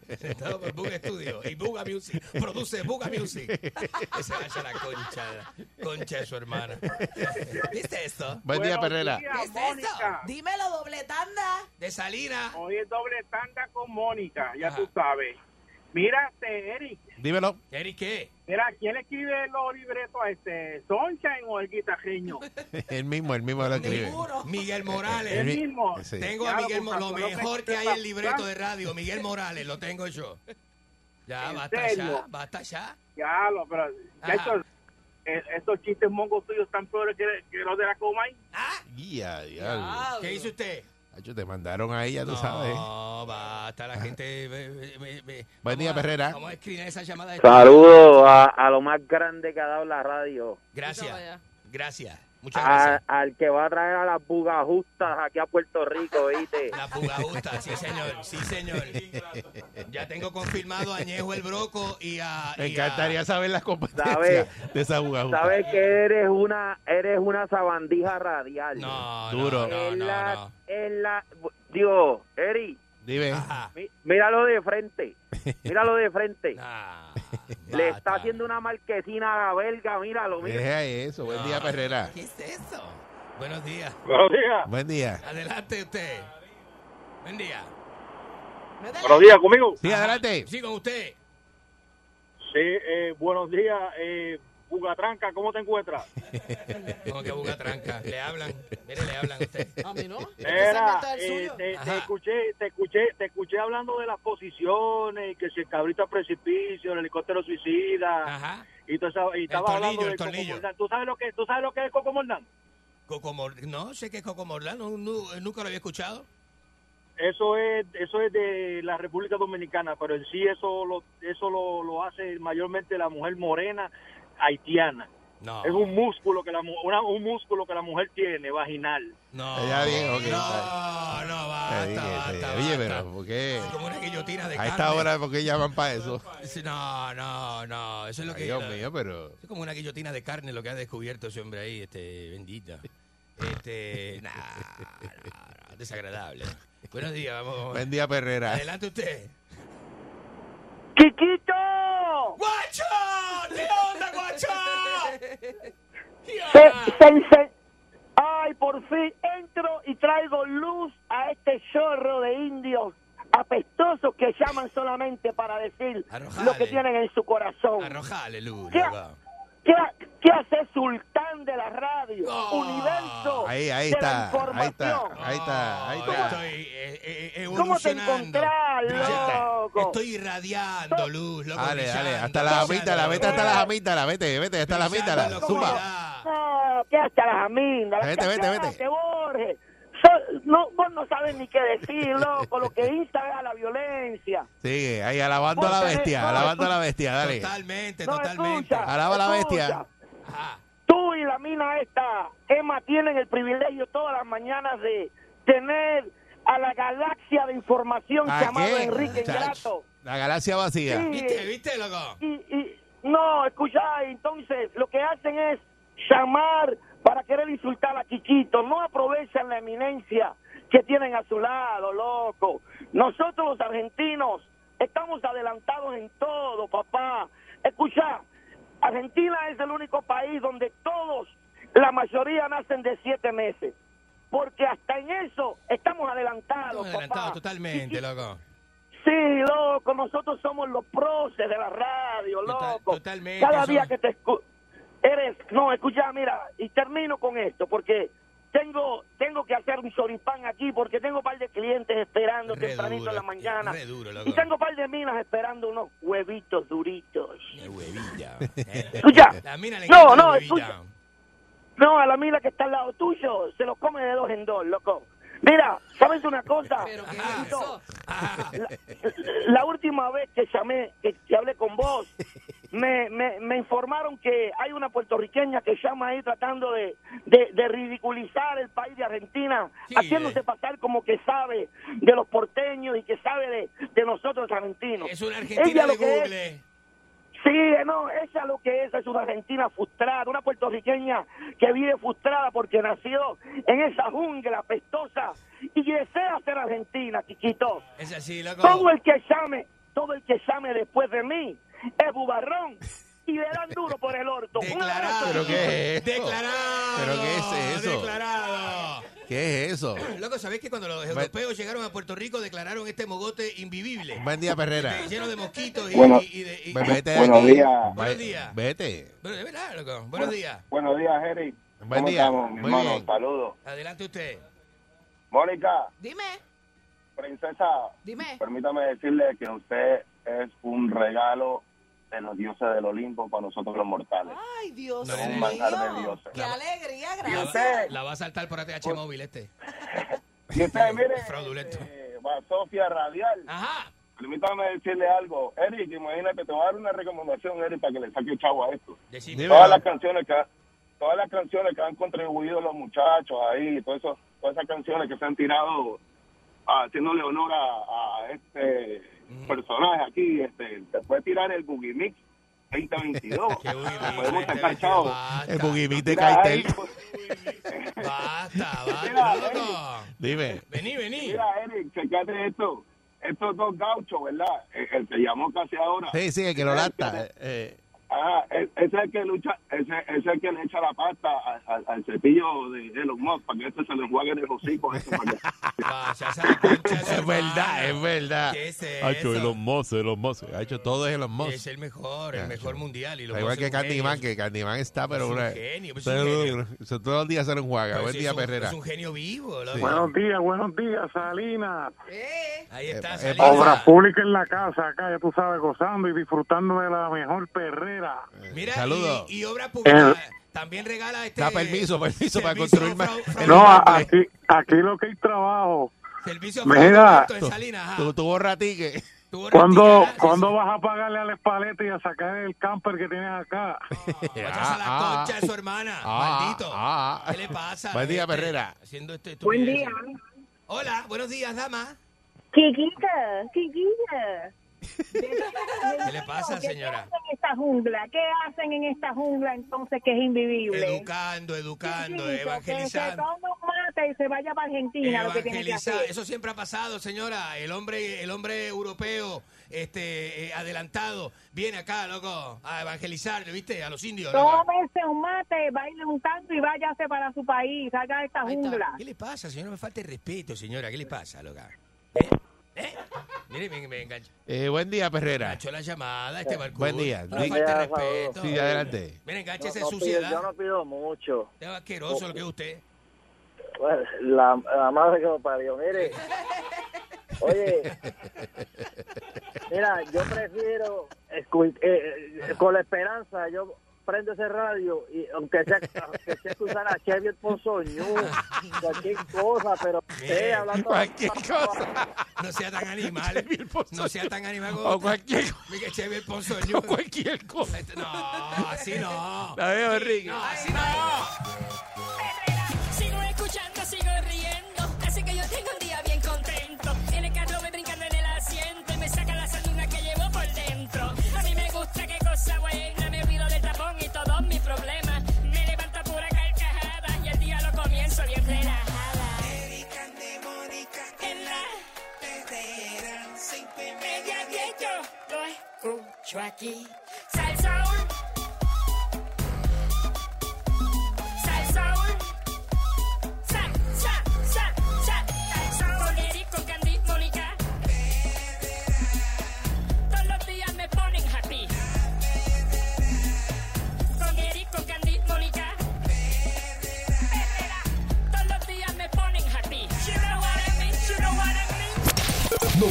Speaker 4: presentado por Buga Studio. Y Buga Music. Produce Buga Music. Que se vaya la concha. Concha de su hermana. ¿Viste esto?
Speaker 2: Buen día, Perrera.
Speaker 3: ¿Qué es eso? Dímelo, doble tanda.
Speaker 4: De Salina.
Speaker 13: Hoy es doble tanda con Mónica, ya tú sabes. Mírate, Eric.
Speaker 2: Dímelo.
Speaker 4: ¿Eric qué?
Speaker 13: Mira, ¿quién le escribe los libretos a este? ¿Sunshine o el guitarreño?
Speaker 2: El mismo, el mismo lo escribe.
Speaker 4: Miguel Morales.
Speaker 2: El mismo. Sí.
Speaker 4: Tengo a
Speaker 13: Claro,
Speaker 4: Miguel
Speaker 13: pues,
Speaker 4: Morales. Lo
Speaker 13: Pastor
Speaker 4: mejor
Speaker 13: López,
Speaker 4: que hay
Speaker 13: está-
Speaker 4: en libreto de radio. Miguel Morales. Lo tengo yo. Ya,
Speaker 13: ¿En
Speaker 4: basta
Speaker 13: serio?
Speaker 4: ya. Basta ya.
Speaker 13: Ya, lo, pero ya
Speaker 4: Ajá.
Speaker 13: estos, eh, estos chistes mongos tuyos están peores que, que los de la Comay.
Speaker 2: Ya, ya.
Speaker 4: ¿Qué hizo usted?
Speaker 2: Acho, Te mandaron ahí, ya tú sabes.
Speaker 4: No, basta. La gente... ve- ve- ve-
Speaker 2: Buen día,
Speaker 4: vamos a-
Speaker 2: Perrera.
Speaker 4: Vamos a escribir esa llamada. de-
Speaker 11: Saludos a, a lo más grande que ha dado la radio.
Speaker 4: Gracias. Gracias.
Speaker 17: Ah,
Speaker 4: Muchas
Speaker 11: a-
Speaker 4: gracias.
Speaker 11: al que va a traer a las bugajustas aquí a Puerto Rico, ¿viste?
Speaker 4: Las bugajustas, sí señor, sí señor. Ya tengo confirmado a Añejo el Broco y a...
Speaker 2: Me
Speaker 4: y a-
Speaker 2: encantaría saber las competencias
Speaker 11: ¿Sabes?
Speaker 2: de esa jugada.
Speaker 11: Sabes que eres una eres una sabandija radial.
Speaker 4: No,
Speaker 2: Duro.
Speaker 11: Es la, es la, digo, Eri,
Speaker 2: Dime.
Speaker 17: Ah,
Speaker 4: Ah,
Speaker 11: mi- míralo de frente, míralo de frente. Le está
Speaker 2: basta.
Speaker 11: haciendo una marquesina a Belga, míralo, míralo.
Speaker 2: Deja eso. Buen día,
Speaker 4: No.
Speaker 2: Perrera.
Speaker 4: ¿Qué es eso? Buenos días.
Speaker 2: Buenos días. Buen día.
Speaker 4: Adelante usted. Buen día.
Speaker 7: Buenos días, ¿conmigo?
Speaker 2: Sí, adelante.
Speaker 4: Ah, Sí, con usted.
Speaker 7: Sí, eh, buenos días, eh, Bugatranca, ¿cómo te encuentras?
Speaker 4: Como que buga tranca. Le hablan. Mire, le hablan a usted.
Speaker 3: A mí no.
Speaker 7: Mira,
Speaker 3: segmento es el
Speaker 7: eh,
Speaker 3: suyo.
Speaker 7: te, te
Speaker 4: Ajá.
Speaker 7: escuché, te escuché, te escuché hablando de las posiciones y que si el cabrito al precipicio, el helicóptero suicida y, todo esa- y estaba
Speaker 4: tornillo,
Speaker 7: hablando
Speaker 4: Ah. el
Speaker 7: de Coco
Speaker 4: tornillo.
Speaker 7: Mordán. ¿Tú sabes lo que, tú sabes lo que es Coco Mordán?
Speaker 4: Coco Mor- No sé qué es Coco Morlán. No, no, nunca lo había escuchado.
Speaker 7: Eso es, eso es de la República Dominicana, pero en sí eso lo, eso lo, lo hace mayormente la mujer morena haitiana.
Speaker 4: No.
Speaker 7: Es un músculo que la mu- una- un músculo que la mujer tiene vaginal.
Speaker 4: No.
Speaker 2: Ya bien, ok,
Speaker 4: No, no,
Speaker 2: Está
Speaker 4: basta,
Speaker 2: bien, está bien.
Speaker 4: basta.
Speaker 2: Oye, pero ¿por qué?
Speaker 4: Como una guillotina de
Speaker 2: A
Speaker 4: carne.
Speaker 2: esta hora, ¿por qué llaman para eso?
Speaker 4: Sí, No, no, no. Eso es lo
Speaker 2: Ay,
Speaker 4: que.
Speaker 2: Dios
Speaker 4: la-
Speaker 2: mío, pero-
Speaker 4: Es como una guillotina de carne lo que ha descubierto ese hombre ahí, este, bendita. Este, nah, nah, nah, desagradable. Buenos días, vamos. vamos.
Speaker 2: Buen día, Perrera.
Speaker 4: Adelante usted.
Speaker 17: ¡Chiquito!
Speaker 4: ¡Guacho! ¿Qué onda, guacho?
Speaker 17: Se-
Speaker 4: Ah.
Speaker 17: se- se- ¡Ay, por fin entro y traigo luz a este chorro de indios apestosos que llaman solamente para decir lo que tienen en su corazón!
Speaker 4: Arrojale, Lula.
Speaker 17: ¿Qué,
Speaker 4: va.
Speaker 17: qué, qué hace Sultán de la radio? Universo
Speaker 2: Ahí, ahí
Speaker 17: de
Speaker 2: está.
Speaker 17: la información.
Speaker 2: Ahí está. Ahí está. Ahí está.
Speaker 4: eh,
Speaker 17: ¿Cómo te encontrás, loco?
Speaker 4: Estoy irradiando luz, loco.
Speaker 2: Dale, dale.
Speaker 4: brillando,
Speaker 2: Hasta las
Speaker 4: brillando.
Speaker 2: amígdalas. Vete hasta las amígdalas. Vete, vete. Hasta las amígdalas. Zumba.
Speaker 17: No, que hasta las amindas.
Speaker 2: Vete, vete, vete.
Speaker 17: Borges. So- no, vos no sabes ni qué decir, loco, lo que insta a la violencia.
Speaker 2: Sigue. Ahí, alabando a la bestia. Alabando a la bestia. Dale.
Speaker 4: Totalmente,
Speaker 17: No,
Speaker 4: totalmente.
Speaker 17: escucha,
Speaker 2: Alaba a la
Speaker 17: escucha.
Speaker 2: bestia.
Speaker 17: Tú y la mina esta, Emma, tienen el privilegio todas las mañanas de tener a la galaxia de información
Speaker 2: ¿A
Speaker 17: llamado
Speaker 2: qué?
Speaker 17: Enrique
Speaker 2: Chacho.
Speaker 17: Ingrato.
Speaker 2: La galaxia vacía.
Speaker 17: Sí.
Speaker 4: ¿Viste, viste, loco?
Speaker 17: Y, y- no, escucha, entonces lo que hacen es llamar para querer insultar a Chiquito. No aprovechan la eminencia que tienen a su lado, loco. Nosotros los argentinos estamos adelantados en todo, papá. Escucha, Argentina es el único país donde todos, la mayoría nacen de siete meses. Porque hasta en eso estamos
Speaker 4: Estamos
Speaker 17: adelantados, papá.
Speaker 4: adelantados totalmente, loco.
Speaker 17: Sí, loco, nosotros somos los proces de la radio,
Speaker 4: Total-
Speaker 17: loco.
Speaker 4: totalmente,
Speaker 17: Cada día
Speaker 4: somos-
Speaker 17: que te escucho, eres, no, escucha, mira, y termino con esto, porque tengo tengo que hacer un choripán aquí, porque tengo un par de clientes esperando
Speaker 4: Re
Speaker 17: tempranito
Speaker 4: duro,
Speaker 17: en la mañana.
Speaker 4: re duro, loco.
Speaker 17: y tengo un par de minas esperando unos huevitos duritos.
Speaker 4: Qué huevilla.
Speaker 17: Escucha.
Speaker 4: Eh, La mina le
Speaker 17: No,
Speaker 4: encanta la
Speaker 17: no,
Speaker 4: huevilla.
Speaker 17: escucha. No, a la mina que está al lado tuyo, se los come de dos en dos, loco. Mira, ¿sabes una cosa?
Speaker 1: Ah,
Speaker 17: Chiquito? La, la última vez que llamé, que, que hablé con vos, me, me, me informaron que hay una puertorriqueña que llama ahí tratando de, de, de ridiculizar el país de Argentina,
Speaker 4: Sí,
Speaker 17: haciéndose pasar como que sabe de los porteños y que sabe de, de nosotros los argentinos.
Speaker 4: Es una Argentina de Google.
Speaker 17: Sí, eh, no, esa es lo que es, es una argentina frustrada, una puertorriqueña que vive frustrada porque nació en esa jungla pestosa y desea ser argentina, chiquito.
Speaker 4: Es así, loco.
Speaker 17: Todo el que llame, todo el que llame después de mí es bubarrón y le dan duro por el orto. Un abrazo,
Speaker 2: ¿Pero qué es eso?
Speaker 4: Declarado.
Speaker 2: ¿Pero qué es eso?
Speaker 4: Declarado.
Speaker 2: ¿Qué es eso?
Speaker 4: Loco, ¿sabés que cuando los europeos llegaron a Puerto Rico declararon este mogote invivible?
Speaker 2: Buen día, Perrera.
Speaker 4: Eh, Lleno de mosquitos y,
Speaker 2: Bueno,
Speaker 4: y- y de... y-
Speaker 2: Ve- vete de
Speaker 1: Buenos
Speaker 2: aquí.
Speaker 1: días.
Speaker 2: Ve-
Speaker 4: Buenos días.
Speaker 2: Vete.
Speaker 4: Bueno, de verdad, loco. Buenos días.
Speaker 1: Buenos días, Jerry.
Speaker 2: Buen
Speaker 1: ¿Cómo
Speaker 2: día.
Speaker 1: estamos, mi
Speaker 2: Muy
Speaker 1: hermano?
Speaker 2: bien.
Speaker 1: Saludos.
Speaker 4: Adelante usted.
Speaker 1: Mónica,
Speaker 3: Dime,
Speaker 1: princesa,
Speaker 3: dime.
Speaker 1: permítame decirle que usted es un regalo de los dioses del Olimpo para nosotros los mortales.
Speaker 3: Ay, Dios
Speaker 1: No, un
Speaker 3: mío.
Speaker 1: manjar de dioses.
Speaker 3: Qué alegría,
Speaker 4: La,
Speaker 3: gracias.
Speaker 4: va- la va a saltar por ATH móvil este.
Speaker 1: Y usted, mire,
Speaker 4: Es fraudulento. Ah.
Speaker 1: eh, va Sofía Radial.
Speaker 4: Ajá.
Speaker 1: Permítame decirle algo. Eric, imagínate, te voy a dar una recomendación, Eric, para que le saque chavo a esto.
Speaker 4: Decime.
Speaker 1: Todas las canciones que
Speaker 7: todas las canciones que han contribuido los muchachos ahí, todo eso, todas esas canciones que se han tirado ah, haciéndole honor a, a este personaje aquí, este, se puede tirar el Boogie Mix 2022. Podemos sacar chavo.
Speaker 2: El buguimí de
Speaker 7: Mira,
Speaker 2: Caitel.
Speaker 7: Eric,
Speaker 1: pues.
Speaker 7: pues,
Speaker 4: Basta,
Speaker 7: Mira,
Speaker 4: basta, loco.
Speaker 2: Dime.
Speaker 4: Vení, vení.
Speaker 7: Mira, Eric, checate esto. Estos dos gauchos, ¿verdad? El, el que llamó casi ahora.
Speaker 2: Sí, sí, el que lo lata. Eh,
Speaker 7: Ah, e- ese es el que lucha, ese, ese es el que le echa la pasta a- a- al cepillo de Elon Musk para que este se le enjuague en el hocico. Eso, para que-
Speaker 2: es verdad, es verdad.
Speaker 4: ¿Qué es
Speaker 2: Ha hecho
Speaker 4: eso?
Speaker 2: Elon Musk, Elon Musk. Ha hecho todo es Elon Musk.
Speaker 4: Es el mejor, el mejor mundial. Y lo
Speaker 2: Al igual
Speaker 4: puedo
Speaker 2: que
Speaker 4: hacer un
Speaker 2: Candyman,
Speaker 4: genio.
Speaker 2: que Candyman está, pero
Speaker 4: Es un
Speaker 2: una.
Speaker 4: genio, pues es un
Speaker 2: pero- so- Todos los días se lo enjuaga.
Speaker 4: Pero
Speaker 2: Buen
Speaker 4: si
Speaker 2: día,
Speaker 4: es un-
Speaker 2: Perrera.
Speaker 4: Es un genio vivo. loco.
Speaker 2: Sí. Eh,
Speaker 8: Buenos días, buenos días, Salinas.
Speaker 3: Eh.
Speaker 4: Ahí está,
Speaker 2: eh,
Speaker 4: Salinas.
Speaker 8: Obras públicas en la casa, acá ya tú sabes, gozando y disfrutando de la mejor perrera.
Speaker 4: Mira,
Speaker 2: Saludos.
Speaker 4: y, y obra
Speaker 8: Eh,
Speaker 4: pública. También regala este.
Speaker 2: Eh, Da permiso, permiso para construir más. el
Speaker 8: no, a-
Speaker 2: nombre.
Speaker 8: aquí, aquí lo que hay trabajo.
Speaker 4: Servicio
Speaker 8: Mira,
Speaker 4: Ah.
Speaker 2: Tú, tú borra tique.
Speaker 8: ¿cuándo, ¿cuándo vas a pagarle a la espaleta y a sacar el camper que tienes acá?
Speaker 2: Ah,
Speaker 4: Esa la concha de su hermana.
Speaker 8: ah,
Speaker 4: maldito.
Speaker 8: ah.
Speaker 4: ¿Qué le pasa?
Speaker 8: Buen día, Perrera.
Speaker 4: Haciendo este
Speaker 18: Buen
Speaker 4: estupidez.
Speaker 18: día.
Speaker 4: Hola, buenos días, dama.
Speaker 18: Chiquita, chiquita.
Speaker 4: ¿Qué le pasa, señora?
Speaker 18: ¿Qué hacen en esta jungla? ¿Qué hacen en esta jungla entonces que es invivible?
Speaker 4: Educando, educando,
Speaker 18: Chiquito, que se
Speaker 4: evangelizando.
Speaker 18: tome un mate y se vaya para Argentina lo que tiene que
Speaker 4: Evangelizar,
Speaker 18: hacer.
Speaker 4: eso siempre ha pasado, señora. El hombre, el hombre europeo, este, eh, adelantado, viene acá, loco, a evangelizar, ¿viste? A los indios. loco.
Speaker 18: Tómese un mate, baile un tanto y váyase para su país, salga de esta
Speaker 4: Ahí está.
Speaker 18: jungla.
Speaker 4: ¿Qué le pasa, señora? Me falta el respeto, señora. ¿Qué le pasa, loca? ¿Eh? ¿Eh? Mire, me, me enganchó.
Speaker 2: Eh, buen día, Perrera.
Speaker 4: Enganchó la llamada, este barco.
Speaker 2: Buen día.
Speaker 4: No le falte
Speaker 2: Diga-
Speaker 4: respeto.
Speaker 2: Sí, adelante.
Speaker 4: Mira, enganche esa
Speaker 5: No, no pido-
Speaker 4: suciedad.
Speaker 5: yo no pido mucho.
Speaker 4: Este asqueroso lo que es usted.
Speaker 5: Bueno, la, la madre que lo parió, mire. Oye, mira, yo prefiero, escu- eh, eh, con la esperanza, yo prendo ese radio, y aunque sea, aunque sea que usara Chevy Ponzoñú, cualquier cosa, pero eh, hablando
Speaker 2: Cualquier cosa.
Speaker 4: No sea tan animal. No sea tan animal como.
Speaker 2: O cualquier cosa.
Speaker 4: Miguel Xavier Ponzoño. O
Speaker 2: cualquier cosa.
Speaker 4: No, así no.
Speaker 2: La veo, Enrique.
Speaker 4: No, así no.
Speaker 19: Sigo escuchando, sigo riendo. Así que yo tengo un día bien contento. En el carro voy brincando en el asiento. y Me saca la saluna que llevo por dentro. A mí me gusta qué cosa buena. Me olvido del tapón y todos mis problemas. Me levanto a pura carcajada. Y el día lo comienzo bien relajada. En la media diez yo lo escucho aquí. Salsaul. Salsaul. Sal, sal, sal, sal. Salsaul. Con Eric, con Candy, Mónica. Todos los días me ponen happy. Con Eric, con Candy, Mónica. Perrera. Todos los días me ponen happy. You know what I mean, you know what